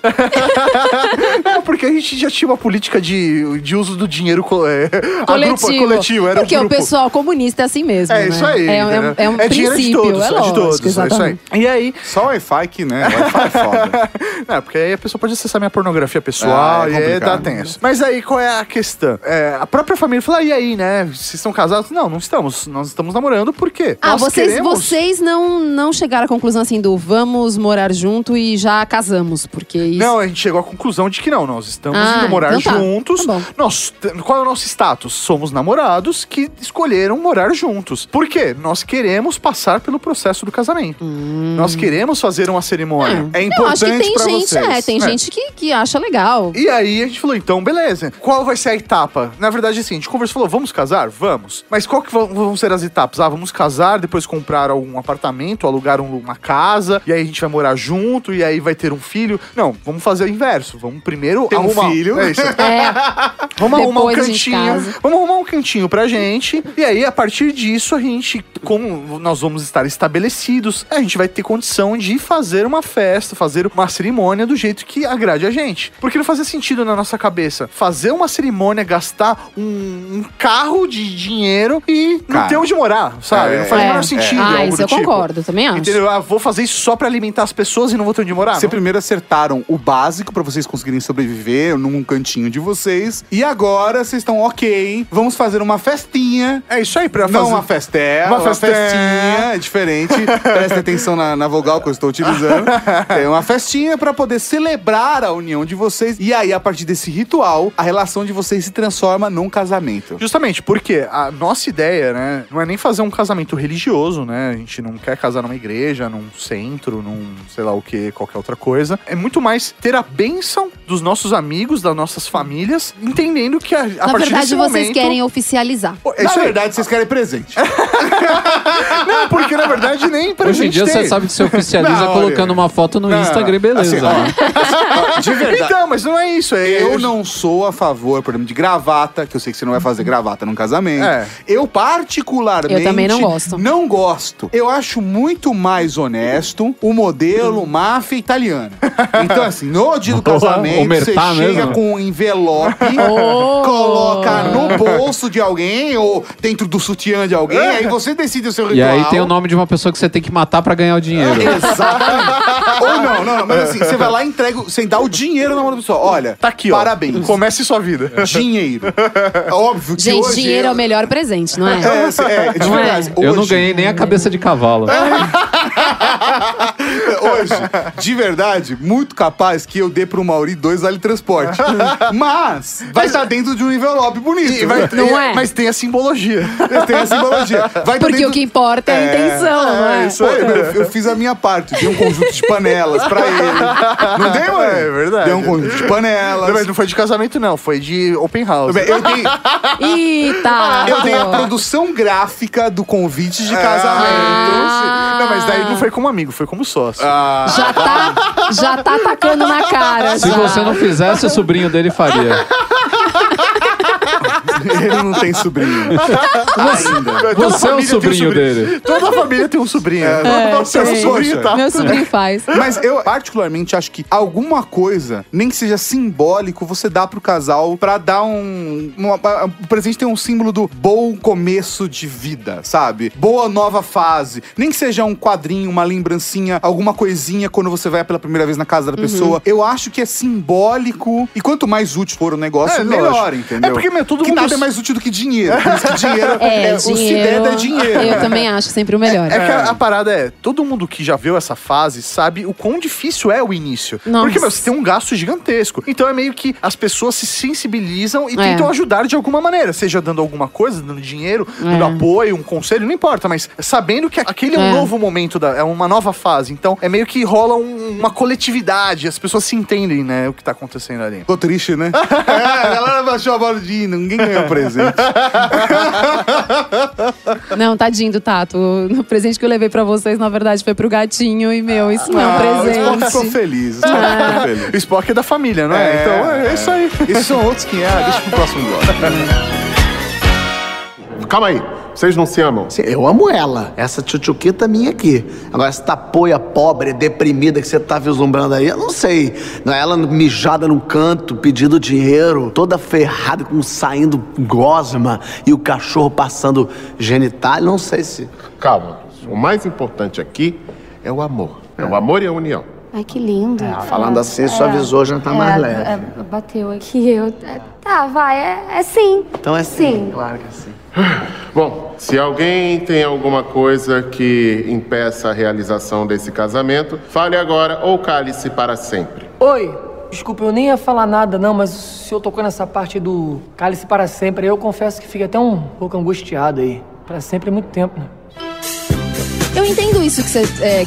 B: É, porque a gente já tinha uma política de, de uso do dinheiro co- é,
D: Coletivo.
B: agrupa- coletivo, era um
D: Porque
B: grupo.
D: o pessoal comunista é assim mesmo.
B: É
D: né?
B: isso aí.
D: É, é um,
B: entendeu?
D: é um
B: dinheiro
D: princípio.
B: de todos,
D: é,
B: é, de
D: lógico,
B: todos, é
D: exatamente.
B: isso aí. E aí,
A: Só o Wi-Fi que, né? Wi-Fi é foda.
B: É, porque aí a pessoa pode acessar minha pornografia pessoal
A: Ah, é
B: e aí dá
A: complicado.
B: tenso. Mas aí, qual é a questão? É, a própria família fala, e aí, né? Vocês estão casados? Não, não estamos. Nós estamos namorando, por quê?
D: Ah,
B: Nós
D: vocês,
B: queremos-
D: vocês não, não chegaram à conclusão assim do vamos morar junto e já casamos, porque isso.
B: Não, a gente chegou à conclusão de que não, nós estamos
D: Ah,
B: indo morar
D: então tá.
B: juntos.
D: Tá bom.
B: nós, t- qual é o nosso status? Somos namorados que escolheram morar juntos. Por quê? Nós queremos passar pelo processo do casamento. Nós queremos fazer uma cerimônia.
A: É
D: Eu Hum. Ah. acho que
A: importante
D: tem
A: pra
D: gente,
A: vocês.
D: é, tem
B: É.
D: gente que, que acha legal.
B: E aí a gente falou, então, beleza. Qual vai ser a etapa? Na verdade, assim, a gente conversou, falou, vamos casar? Vamos. Mas qual que vão- vão ser as etapas? Ah, vamos casar, depois comprar algum apartamento, alugar um- uma casa, e aí a gente vai morar junto, e aí vai ter um filho. Não, vamos fazer o inverso. Vamos primeiro
A: Ter um
B: arrumar...
A: filho.
B: É isso.
D: É,
B: Vamos arrumar um
D: Depois a gente
B: cantinho.
D: casa.
B: Vamos arrumar um cantinho pra gente. E aí, a partir disso, a gente, como nós vamos estar estabelecidos, a gente vai ter condição de fazer uma festa, fazer uma cerimônia do jeito que agrade a gente. Porque não fazia sentido na nossa cabeça fazer uma cerimônia, gastar um, um carro de dinheiro e
A: Cara,
B: não ter onde morar, sabe?
A: é,
B: não faz o
D: é.
B: menor sentido.
D: ah,
B: algo
D: isso
B: do
D: eu
B: tipo.
D: concordo, também acho.
B: Entendeu? Ah, vou fazer isso só pra alimentar as pessoas e não vou ter onde morar.
A: Vocês
B: não?
A: primeiro acertaram o básico pra vocês conseguirem sobreviver num cantinho de vocês. E agora vocês estão ok. Vamos fazer uma festinha.
B: É isso aí, pra
A: Não
B: fazer.
A: uma festela,
B: Uma
A: uma,
B: festinha.
A: festinha, é diferente. Presta atenção na, na vogal que eu estou utilizando. É uma festinha pra poder celebrar a união de vocês. E aí, a partir desse ritual, a relação de vocês se transforma num casamento.
B: Justamente, porque a nossa ideia, né, não é nem fazer um casamento religioso, né? A gente não quer casar numa igreja, num centro, num sei lá o que, qualquer outra coisa. É muito mais ter a bênção dos nossos amigos, das nossas famílias, entendendo que a, a
D: Na
B: partir
D: verdade,
B: desse
D: vocês
B: momento...
D: querem oficializar.
B: Pô, é
A: Na
B: isso aí.
A: verdade, vocês querem presente.
B: Não, porque na verdade nem pra
C: Hoje em
B: gente
C: dia você
B: tem.
C: sabe que você oficializa
A: Não,
C: colocando uma foto no Instagram e beleza.
A: Assim, ó,
C: né?
A: De verdade.
B: Então, mas não é isso. É,
A: Eu não sou a favor, por exemplo, de gravata, que eu sei que você não vai fazer gravata num casamento.
B: É.
A: Eu particularmente
D: Eu também não gosto.
A: Não gosto. Eu acho muito mais honesto o modelo máfia italiana. Então assim, no dia do
C: Boa.
A: casamento,
C: O
A: você
C: Mertá
A: chega
C: mesmo.
A: com um envelope,
D: Oh.
A: coloca no bolso de alguém ou dentro do sutiã de alguém, É,
C: É.
A: aí você decide o seu
C: E
A: ritual.
C: aí tem o nome de uma pessoa que você tem que matar pra ganhar o dinheiro.
A: É, Exatamente. Ou não, não, não, mas assim, você vai lá e entrega, sem dar o dinheiro na mão da pessoa. Olha,
B: Tá aqui, ó.
A: parabéns.
B: Comece sua vida.
A: Dinheiro. É Óbvio que
D: Gente,
A: hoje
D: dinheiro é o melhor presente, não é?
A: É, é, de
D: Não é?
A: verdade.
C: Eu não
A: Hoje- É,
C: ganhei nem a cabeça de cavalo.
A: Hoje, de verdade, muito capaz que eu dê pro Mauri dois transporte. Mas vai estar dentro de um envelope bonito.
B: E vai-
D: Não é?
B: Mas tem a simbologia.
A: Tem a simbologia. Vai
D: Porque
A: dentro-
D: o que importa é a intenção, não é?
A: Pô, eu, eu fiz a minha parte. Dei um conjunto de panelas pra ele. Não dei, mano?
B: É verdade.
A: Dei um conjunto de panelas.
B: Não, mas não foi de casamento, não. Foi de open
A: Tudo
B: house.
A: bem, Eu dei,
B: Ah,
D: Eita!
A: eu dei a produção gráfica do convite de casamento.
D: Ah.
B: Não, mas daí não foi como amigo, foi como sócio.
A: Ah,
D: Já tá, já tá atacando na cara.
C: Se
D: já.
C: você não fizesse, o sobrinho dele faria.
A: ele não tem sobrinho.
B: Toda
C: Você
B: família tem
C: é o
B: um
C: sobrinho dele.
B: Toda a família tem um sobrinho.
D: É,
B: Nossa, é um
D: tem.
B: sobrinho, tá?
D: Meu sobrinho faz.
A: Mas eu particularmente acho que alguma coisa, nem que seja simbólico, você dá pro casal pra dar um, uma- o presente tem um símbolo do bom começo de vida, sabe? Boa nova fase. Nem que seja um quadrinho, uma lembrancinha, alguma coisinha quando você vai pela primeira vez na casa da
B: Uhum.
A: pessoa. Eu acho que é simbólico e quanto mais útil for o negócio,
B: É,
A: melhor,
B: lógico.
A: entendeu?
B: É porque, meu, todo
A: que
B: mundo-
A: nada é mais útil do que dinheiro. Por isso que dinheiro
D: É,
A: é, o se der,
D: dinheiro.
A: dá dinheiro.
D: Eu também acho sempre o melhor.
B: É que a, a parada é, todo mundo que já viu essa fase sabe o quão difícil é o início.
D: Nossa.
B: Porque, meu, você tem um gasto gigantesco. Então é meio que as pessoas se sensibilizam e
D: É.
B: tentam ajudar de alguma maneira. Seja dando alguma coisa, dando dinheiro,
D: É.
B: dando apoio, um conselho, não importa. Mas sabendo que aquele é um
D: É.
B: novo momento, da, é uma nova fase. Então é meio que rola um- uma coletividade, as pessoas se entendem, né, o que tá acontecendo ali.
A: Ficou triste, né? é, a galera baixou a bola de ninguém ganhou presente.
B: É.
D: Não, tadinho do Tato. O presente que eu levei pra vocês, na verdade, foi pro gatinho e meu, isso não é um
B: Ah,
A: O Spock Ah, ficou
D: presente.
A: feliz. O Spock ficou feliz.
B: O Spock é da família, não é?
A: É.
B: Então é, é isso aí.
A: Esses são outros que é. Deixa pro próximo bloco.
G: Calma aí, vocês não se amam?
J: Assim, Eu amo ela, essa tchutchuquita minha aqui. Agora, essa tapoia pobre, deprimida que você tá vislumbrando aí, eu não sei. Não é ela mijada num canto, pedindo dinheiro, toda ferrada, com saindo gosma e o cachorro passando genital, não sei se.
G: Calma. O mais importante aqui é o amor. É o amor e a união.
H: Ai, que lindo.
J: Falando assim, suavizou, já tá mais leve.
H: É. bateu aqui, eu... é, Tá, vai, é, é sim.
J: Então é sim,
H: Sim.
J: claro que é sim.
G: Bom, se alguém tem alguma coisa que impeça a realização desse casamento, fale agora ou cale-se para sempre.
K: Oi, desculpa, eu nem ia falar nada, não, mas o senhor tocou nessa parte do cálice para sempre. Eu confesso que fiquei até um pouco angustiado aí. Para sempre é muito tempo, né?
D: Eu entendo isso que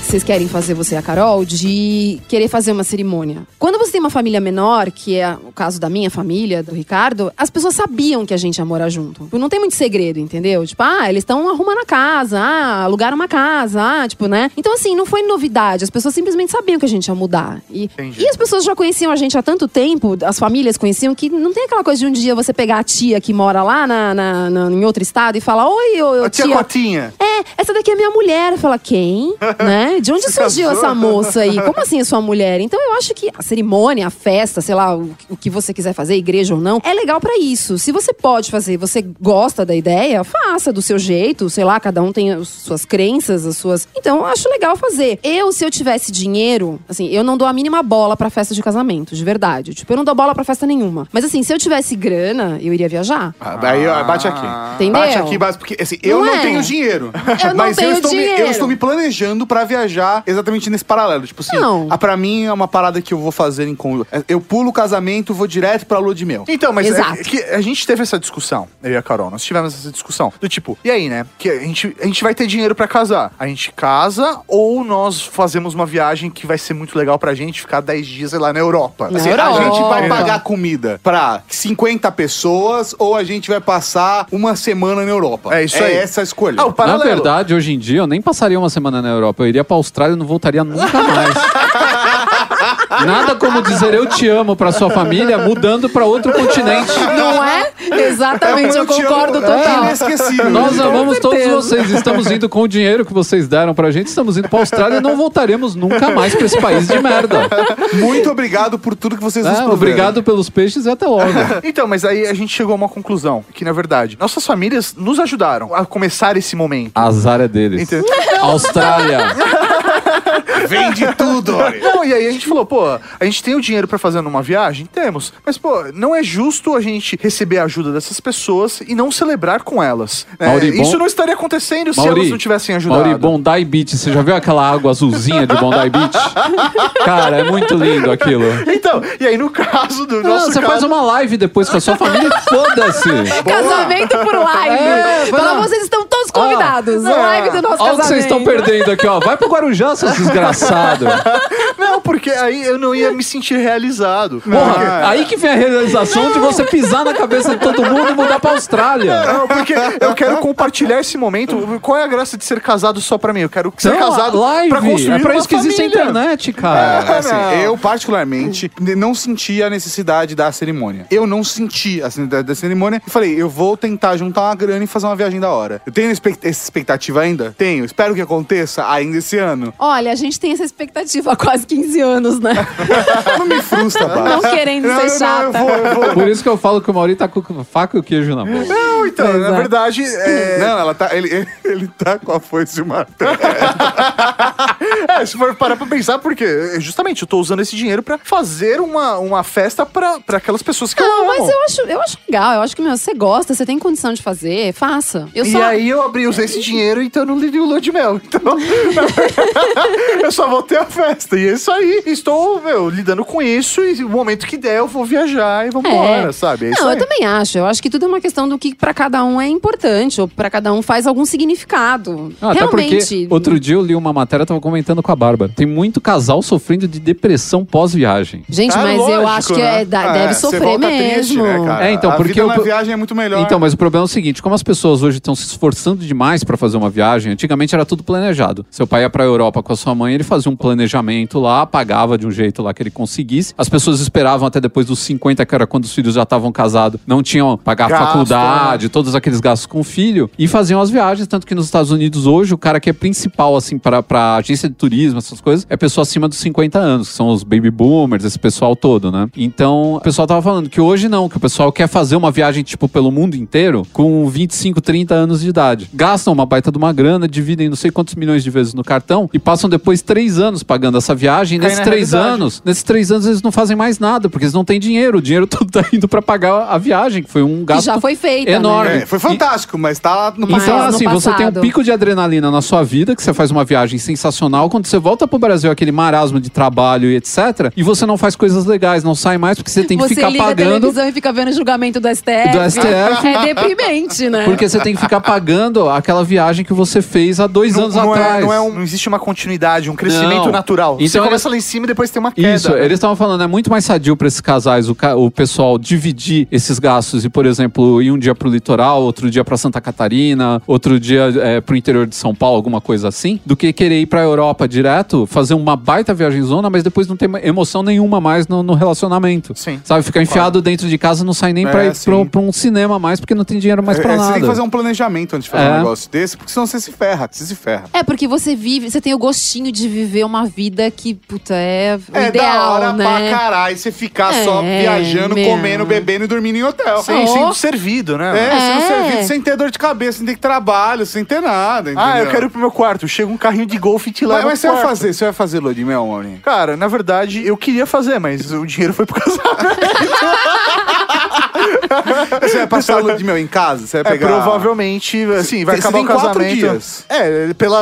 D: vocês querem fazer, você e a Carol, de querer fazer uma cerimônia. Quando você tem uma família menor, que é o caso da minha família, do Ricardo, as pessoas sabiam que a gente ia morar junto. Tipo, Não tem muito segredo, entendeu? Tipo, ah, eles estão arrumando a casa, ah, alugaram uma casa, ah, tipo, né? Então, assim, não foi novidade. As pessoas simplesmente sabiam que a gente ia mudar. E, e as pessoas já conheciam a gente há tanto tempo, as famílias conheciam, que não tem aquela coisa de um dia você pegar a tia que mora lá na, na- na- em outro estado e falar, oi, ô,
B: A tia
D: tia
B: Cotinha.
D: é, essa daqui é minha mulher. Fala, quem? né? De onde surgiu essa moça aí? Como assim é sua mulher? Então eu acho que a cerimônia, a festa, sei lá, o, o que você quiser fazer, igreja ou não, é legal pra isso. Se você pode fazer, você gosta da ideia, faça do seu jeito, sei lá, cada um tem as suas crenças, as suas. Então eu acho legal fazer. Eu, se eu tivesse dinheiro, assim, eu não dou a mínima bola pra festa de casamento, de verdade. Tipo, eu não dou bola pra festa nenhuma. Mas assim, se eu tivesse grana, eu iria viajar.
A: Aí, Ah, ó, bate aqui.
D: Entendeu?
A: Bate aqui, bate, porque assim, eu não,
D: Não é?
A: tenho dinheiro.
D: Eu não
A: mas eu
D: tenho
A: estou Me, eu
D: dinheiro.
A: estou me planejando pra viajar exatamente nesse paralelo. Tipo assim,
D: Não.
A: ah, pra mim é uma parada que eu vou fazer em conjunto. É, Eu pulo o casamento, vou direto pra lua de mel.
B: Então, mas é
D: Exato.
B: que a gente teve essa discussão, eu e a Carol, nós tivemos essa discussão. Do tipo, e aí, né? Que a gente, a gente vai ter dinheiro pra casar. A gente casa ou nós fazemos uma viagem que vai ser muito legal pra gente ficar 10 dias, sei lá, na Europa.
D: Na
A: Assim, a
D: Europa.
A: gente vai pagar comida pra 50 pessoas ou a gente vai passar uma semana na Europa.
B: É isso aí.
A: É essa a escolha.
B: Ah, o
C: Na
B: paralelo.
C: verdade, hoje em dia, eu nem passaria uma semana na Europa. Eu iria pra Austrália e não voltaria nunca mais. Nada como dizer eu te amo pra sua família mudando pra outro continente.
D: Não é? Exatamente, eu
A: te amo.
D: concordo
A: É
D: total.
A: inesquecível.
C: Nós amamos todos
D: certeza.
C: vocês. Estamos indo com o dinheiro que vocês deram pra gente. Estamos indo pra Austrália e não voltaremos nunca mais pra esse país de merda.
A: Muito obrigado por tudo que vocês nos
C: É,
A: proveram.
C: obrigado pelos peixes e até logo.
B: Então, mas aí a gente chegou a uma conclusão, que na verdade, nossas famílias nos ajudaram a começar esse momento.
C: Azar é deles.
B: Entendeu?
C: Austrália.
A: Vende tudo, olha.
B: Não, e aí a gente falou, pô, a gente tem o dinheiro pra fazer numa viagem? Temos. Mas, pô, não é justo a gente receber a ajuda dessas pessoas e não celebrar com elas. né?
C: Mauri, bom-
B: Isso não estaria acontecendo se elas não tivessem ajudado.
C: Mauri, Bondi Beach. Você já viu aquela água azulzinha de Bondi Beach? Cara, é muito lindo aquilo.
B: Então, e aí no caso do
C: Não,
B: nosso
C: você
B: caso...
C: faz um- uma live depois com a sua família e foda-se.
D: Casamento por live.
C: É, vai
D: Fala,
C: lá.
D: vocês estão todos convidados.
C: Ah,
D: live do nosso
C: Olha o
D: casamento.
C: que vocês estão perdendo aqui, ó. Vai pro Guarujá, seus desgraçados.
B: Não, porque aí eu não ia me sentir realizado.
C: Porra, aí que vem a realização de você pisar na cabeça de todo mundo e mudar pra Austrália.
B: Não, porque eu quero compartilhar esse momento. Qual é a graça de ser casado só pra mim? Eu quero ser
C: Não,
B: é casado
C: live.
B: pra construir
C: É pra
B: uma
C: isso que existe a
B: família.
C: internet, cara.
A: É, assim,
B: não.
A: eu particularmente n- não senti a necessidade da cerimônia. Eu não senti a necessidade da cerimônia e falei, eu vou tentar juntar uma grana e fazer uma viagem da hora. Eu tenho expect- essa expectativa ainda? Tenho. Espero que aconteça ainda esse ano.
D: Olha, a gente tem essa expectativa há quase 15 anos, né?
A: Não me frustra, Bá.
D: Não querendo
A: Não,
D: ser
A: não,
D: chata.
A: eu vou, eu vou.
C: Por isso que eu falo que o Mauri tá com faca e o queijo na mão.
B: Não, então, na
D: Exato.
B: verdade, é,
A: Não, ela tá, ele, ele, ele tá com a foice de martelo.
B: É, se for parar pra pensar, porque é, justamente eu tô usando esse dinheiro pra fazer uma, uma festa pra, pra aquelas pessoas que
D: Não,
B: eu amo.
D: mas eu acho, eu acho legal. Eu acho que, meu, você gosta, você tem condição de fazer, faça. Eu
B: e
D: só...
B: aí eu abri, usei esse dinheiro, então eu não lhe o lua de mel. Então, eu só vou ter a festa. E é isso aí. Estou, meu, lidando com isso e o momento que der eu vou viajar e vambora, sabe? É isso
D: não,
B: aí.
D: eu também acho. Eu acho que tudo é uma questão do que pra cada um é importante, ou pra cada um faz algum significado.
C: Ah, até porque
D: Realmente.
C: outro dia eu li uma matéria, eu tava comentando com a Bárbara. Tem muito casal sofrendo de depressão pós-viagem.
D: Gente,
B: Ah,
D: mas eu
B: lógico,
D: acho que
B: né?
D: é- da-
A: Ah,
D: deve
A: você
D: sofrer
A: volta triste,
D: mesmo.
A: né, cara?
C: É, então,
A: a
C: porque
A: vida
C: eu-
A: na viagem é muito melhor.
C: Então, mas o problema é o seguinte: como as pessoas hoje estão se esforçando demais pra fazer uma viagem, antigamente era tudo planejado. Seu pai ia pra Europa com a sua mãe, ele fazia um planejamento lá, pagava de um jeito lá que ele conseguisse. As pessoas esperavam até depois dos 50, que era quando os filhos já estavam casados, não tinham pagar a
B: Gasto,
C: faculdade, todos aqueles gastos com o filho, e faziam as viagens. Tanto que nos Estados Unidos hoje, o cara que é principal, assim, pra, pra agência de turismo, essas coisas, é pessoa acima dos 50 anos, que são os baby boomers, esse pessoal todo, né? Então, o pessoal tava falando que hoje não, que o pessoal quer fazer uma viagem, tipo, pelo mundo inteiro com 25, 30 anos de idade. Gastam uma baita de uma grana, dividem não sei quantos milhões de vezes no cartão e passam depois três anos pagando essa viagem. E
B: Cai na
C: nesses três
B: realidade.
C: anos, nesses três anos eles não fazem mais nada, porque eles não têm dinheiro. O dinheiro todo tá indo pra pagar a viagem, que foi um
D: Que
C: gasto
D: já foi feita. né?
C: enorme.
A: É, foi fantástico, mas tá lá no
D: Mas
C: Então,
D: no
C: assim, você tem um
D: passado.
C: pico de adrenalina na sua vida, que você faz uma viagem sensacional. Quando você volta pro Brasil, aquele marasmo de trabalho e etc., e você não faz coisas legais, não sai mais, porque você tem que
D: você
C: ficar
D: liga a
C: pagando.
D: televisão e fica vendo o julgamento do STF.
C: Do STF.
D: É deprimente, né?
C: Porque você tem que ficar pagando aquela viagem que você fez há dois
B: Não,
C: anos
B: não
C: atrás.
B: é, não, é um- não existe uma continuidade, um crescimento
C: Não.
B: natural. Você
C: Então
B: começa lá em cima e depois tem uma queda.
C: Isso,
A: né?
C: eles estavam falando, é muito mais sadio para esses casais, o, ca- o pessoal dividir esses gastos e, por exemplo, ir um dia pro litoral, outro dia pra Santa Catarina, outro dia é, pro interior de São Paulo, alguma coisa assim, do que querer ir pra Europa direto, fazer uma baita viagem zona, mas depois não ter ma- emoção nenhuma mais no, no relacionamento.
B: Sim.
C: Sabe, ficar enfiado dentro de casa, não sai nem
A: É,
C: pra ir
A: sim.
C: pro- pra um cinema mais, porque não tem dinheiro mais pra
A: É,
C: nada.
A: Você tem que fazer um planejamento antes de fazer
C: É.
A: um negócio desse, porque senão você se ferra, você se ferra.
D: É, porque você vive, você tem o gostinho de viver uma vida que, puta, é o
A: É
D: ideal,
A: da hora
D: né?
A: pra caralho você ficar só
D: É,
A: viajando,
D: meu.
A: comendo, bebendo e dormindo em hotel.
B: Sim,
D: Oh.
B: sendo servido, né?
A: É,
D: É.
A: Sem, serviço, sem ter dor de cabeça, sem ter trabalho, sem ter nada.
B: Ah, eu
A: entendeu?
B: quero ir pro meu quarto. Chega um carrinho de golfe e te leva
A: Mas, mas você
B: pro
A: vai
B: quarto.
A: fazer, você vai fazer lua de mel, Maurinho?
B: Cara, na verdade, eu queria fazer, mas o dinheiro foi pro casamento.
A: Você vai passar a lua de mel em casa? Você vai
B: É,
A: pegar.
B: provavelmente, assim, vai
A: Você
B: acabar
A: tem
B: o
A: quatro
B: casamento.
A: dias.
B: É, pela,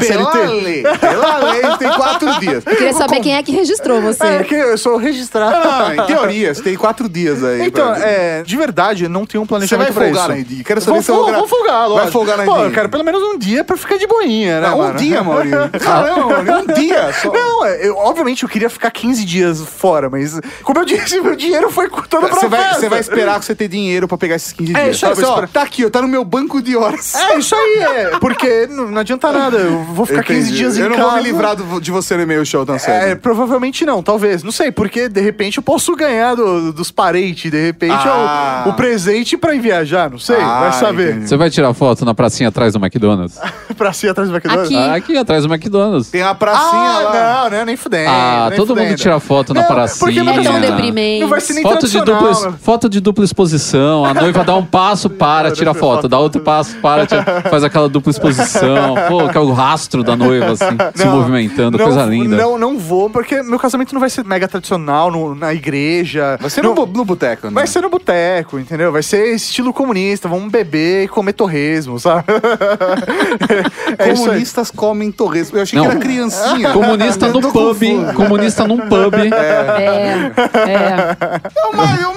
A: Pela
B: CLT.
A: lei, pela lei, tem quatro dias.
D: Eu queria saber quem é que registrou você.
B: É, que eu sou registrado.
A: Ah, em teoria, você tem quatro dias aí.
B: Então,
A: pra-
B: é, de verdade, eu não tenho um
A: Você vai
B: planejamento pra
A: folgar
B: isso.
A: na Indy? Quero saber
B: vou,
A: se você
B: fol- vou um folgar,
A: Vai
B: lógico.
A: folgar na
B: Pô,
A: Indy.
B: eu quero pelo menos um dia pra ficar de boinha, né?
A: Ah, um
B: mano?
A: dia, Maurinho. Caramba, Maurinho, um dia só.
B: Não, é, eu- obviamente eu queria ficar 15 dias fora, mas como eu disse, meu dinheiro foi todo pra
A: Você vai,
B: festa.
A: você vai esperar que você ter dinheiro pra pegar esses 15
B: É,
A: dias.
B: isso aí,
A: Sabe,
B: você, ó,
A: espera- tá aqui, ó, tá no meu banco de horas.
B: É, isso aí, é. Porque não, não adianta nada. Eu vou ficar 15
A: Entendi.
B: dias em
A: Eu
B: casa.
A: não vou me livrar do- de você no e-mail show tá tão cedo.
B: É, provavelmente não, talvez. Não sei, porque de repente eu posso ganhar do- dos parentes, de repente
A: Ah.
B: é o, o presente pra ir viajar, não sei,
A: Ah,
B: vai saber.
A: entendi.
C: Você vai tirar foto na pracinha atrás do McDonald's?
B: pra si atrás do McDonald's.
D: Aqui.
C: Ah, Aqui atrás do McDonald's.
A: Tem a pracinha
B: Ah,
A: lá.
B: não, não, nem fudendo.
C: Ah,
B: nem
C: todo mundo
B: fudendo.
C: tira foto na
B: Não,
C: pracinha.
B: porque não
D: É tão
C: Sim, né?
D: deprimente.
B: Não vai ser nem
C: Foto de,
B: tradicional. né?
C: dupla, foto de dupla exposição, exposição. A noiva dá um passo, para, tira foto. Dá outro passo, para, tira- faz aquela dupla exposição. Pô, que é o rastro da noiva, assim, se
B: Não,
C: movimentando. coisa linda.
B: Não, não vou, porque meu casamento não vai ser mega tradicional no- na igreja. Vai
A: ser
B: não,
A: no, bu- no boteco, né?
B: Vai ser no boteco, entendeu? Vai ser estilo comunista, vamos beber e comer torresmo, sabe? É isso aí.
A: Comunistas comem torresmo. Eu achei
C: Não.
A: que era criancinha.
C: Comunista
A: Eu
C: no
A: tô
C: pub,
A: confuso.
C: comunista num pub.
B: É.
D: É.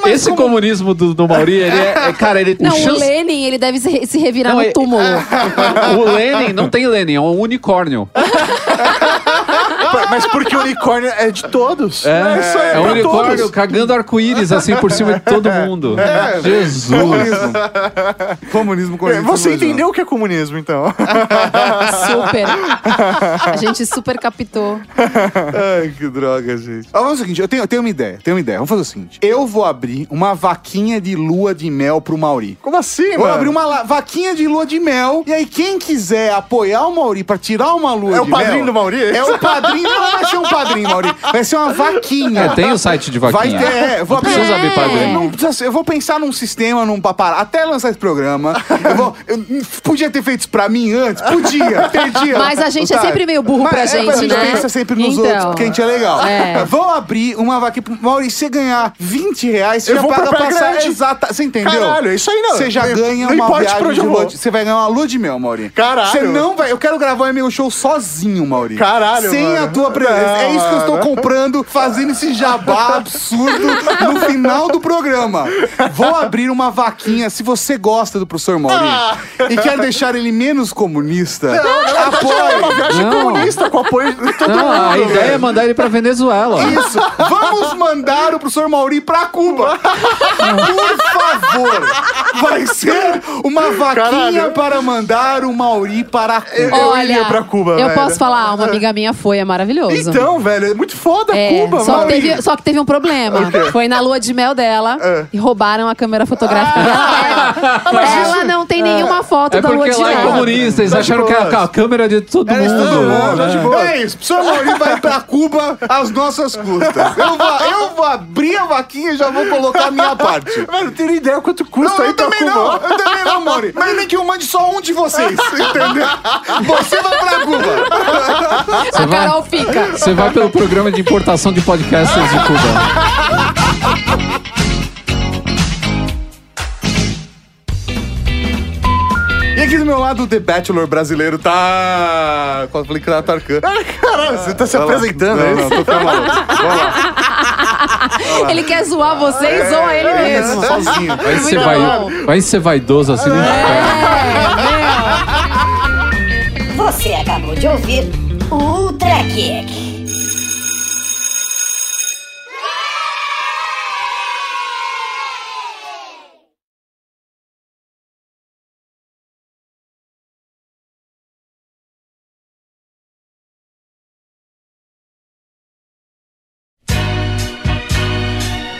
C: Esse comunismo do, do Mauri, ele é, é, cara, ele
D: Não,
C: o
D: o
C: chance-
D: Lenin, ele deve se, se revirar
C: Não,
D: no
C: é-
D: túmulo.
C: O Lenin, não tem Lenin, é um unicórnio.
B: Pa- Mas porque o unicórnio é de todos.
C: É,
B: isso aí,
C: é, um
B: pra
C: unicórnio
B: todos.
C: cagando arco-íris assim por cima de todo mundo.
B: É.
C: Jesus.
A: Comunismo,
B: É,
A: comunismo.
B: Você
A: comunismo.
B: entendeu o que é comunismo, então.
D: Super. A gente super captou.
A: Ai, que droga, gente. Ó, vamos fazer o seguinte, eu tenho, eu tenho uma ideia, tenho uma ideia. Vamos fazer o seguinte. Eu vou abrir uma vaquinha de lua de mel pro Mauri.
B: Como assim,
A: Vou
B: mano?
A: abrir uma la- vaquinha de lua de mel. E aí, quem quiser apoiar o Mauri pra tirar uma lua
B: É o
A: de mel-
B: padrinho do Mauri?
A: É o padrinho. Não vai ser um padrinho, Mauri. Vai ser uma vaquinha.
C: É, tem o site de
A: Vai
C: vaquinha.
A: ter, é, vou
C: não
A: abrir-
C: precisa abrir padrinho.
A: Não precisa ser, eu vou pensar num sistema, num papará, até lançar esse programa. Eu vou- eu- podia ter feito isso pra mim antes? Podia, perdia.
D: Mas a gente é sempre meio burro pra
A: a
D: gente,
A: gente
D: né?
A: pensa sempre nos
D: Então.
A: outros, porque a gente é legal.
D: É.
A: Vão abrir uma vaquinha. pro Mauri, se você ganhar 20 reais, você
B: Eu
A: já
B: vou pra
A: paga a
B: Praia
A: passagem.
B: Grande.
A: Exata, você entendeu?
B: Caralho, isso aí não.
A: Você já
B: Não-
A: ganha
B: não
A: uma
B: importa um pra
A: viagem
B: onde
A: de
B: eu vou.
A: lua de- Você vai ganhar uma lua de mel, Mauri.
B: Caralho.
A: Você não vai... Eu quero gravar um meu show sozinho, Mauri.
B: Caralho,
A: Sem
B: mano.
A: a tua presença.
B: Não,
A: é isso que eu estou
B: mano.
A: comprando, fazendo esse jabá absurdo no final do programa. Vou abrir uma vaquinha se você gosta do professor Mauri
B: Ah.
A: e quer deixar ele menos comunista.
B: Uma
A: apoie.
B: viagem
C: Não.
B: comunista com apoio de todo
C: Não,
B: mundo.
C: a ideia é
B: velho.
C: mandar ele pra Venezuela.
A: Isso! Vamos mandar o professor Mauri pra Cuba! Por favor! Vai ser uma vaquinha
B: Caralho.
A: para mandar o Mauri para Cuba.
B: Eu iria pra Cuba,
D: eu
B: velho.
D: posso falar, uma amiga minha foi, é maravilhoso.
B: Então, velho, é muito foda
D: É,
B: Cuba,
D: só,
B: mano.
D: que teve, só que teve um problema. Foi na lua de mel dela
B: É.
D: e roubaram a câmera fotográfica
B: Ah.
D: dela. Ela, ela não tem nenhuma foto
C: É
D: da lua
C: porque
D: de
C: lá é
D: mel.
C: comunista, eles
B: Tá de
C: acharam que era
B: boas.
C: a câmera de todo
A: Era isso,
C: mundo.
A: todo mundo,
C: né?
A: de boa. É isso, o professor Mauri vai pra Cuba às nossas custas. Eu vou, eu vou abrir a vaquinha e já vou colocar a minha parte.
B: Velho, não tenho ideia quanto custa
A: Não,
B: aí
A: eu
B: pra
A: também
B: Cuba.
A: não, eu também não, Mauri. Mas nem que eu mande só um de vocês, entendeu? Você vai pra Cuba.
D: A Carol fica.
C: Você vai pelo programa de importação de podcasters de Cuba.
A: E aqui do meu lado, o The Bachelor brasileiro tá... Quase falei que era Tarkan.
B: Caralho, você tá se
A: Vai lá.
B: apresentando
A: não,
B: aí.
A: Não, tô ficando maluco. Vamos lá.
D: Ele quer zoar você
B: É.
D: e zoa ele mesmo.
A: Sozinho.
C: Vai ser,
D: Muito bom.
C: vai, vai ser vaidoso assim. não fica.
F: Você acabou de ouvir o Ultra Kick.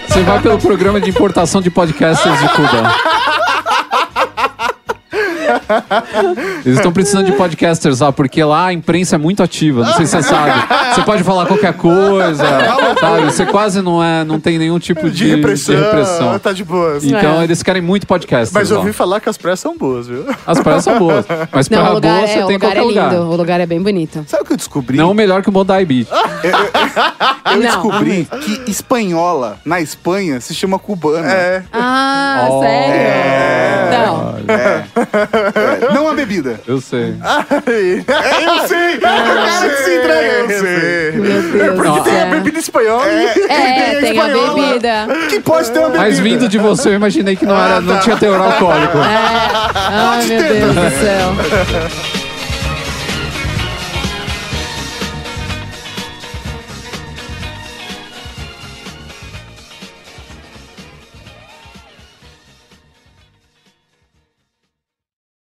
C: Você vai pelo programa de importação de podcasters de Cuba. Eles estão precisando de podcasters lá, porque lá a imprensa é muito ativa, não sei se você sabe. Você pode falar qualquer coisa, sabe? Você quase não, é, não tem nenhum tipo de,
B: De repressão,
C: de repressão.
B: Tá de boas.
C: Então
D: É.
C: eles querem muito podcasters
B: Mas eu
C: lá.
B: ouvi falar que as praias são boas, viu?
C: As praias são boas, mas
D: Não,
C: praia
D: o lugar,
C: boa você
D: é, o
C: tem em
D: lugar
C: qualquer
D: é lindo.
C: lugar.
D: O lugar é bem bonito.
A: Sabe o que eu descobri?
C: Não melhor que o Bondi Beach.
B: Ah,
A: Eu
D: Não.
A: descobri que espanhola na Espanha se chama cubana. É.
D: Ah,
C: Oh.
B: É.
D: sério? Não.
A: Não a bebida.
C: Eu sei.
B: Ah, Eu sei! O cara que se entrega, eu sei.
D: Ah. Meu Deus.
B: Porque
D: do
B: tem a
D: céu.
B: é bebida espanhola. e-
D: É, tem a
B: espanhola.
D: bebida. É.
A: Que pode ter uma bebida.
C: Mas vindo de você,
B: Ah,
C: eu
B: tá.
C: imaginei que não, era, não tinha teor alcoólico.
D: Ai, meu Deus do céu.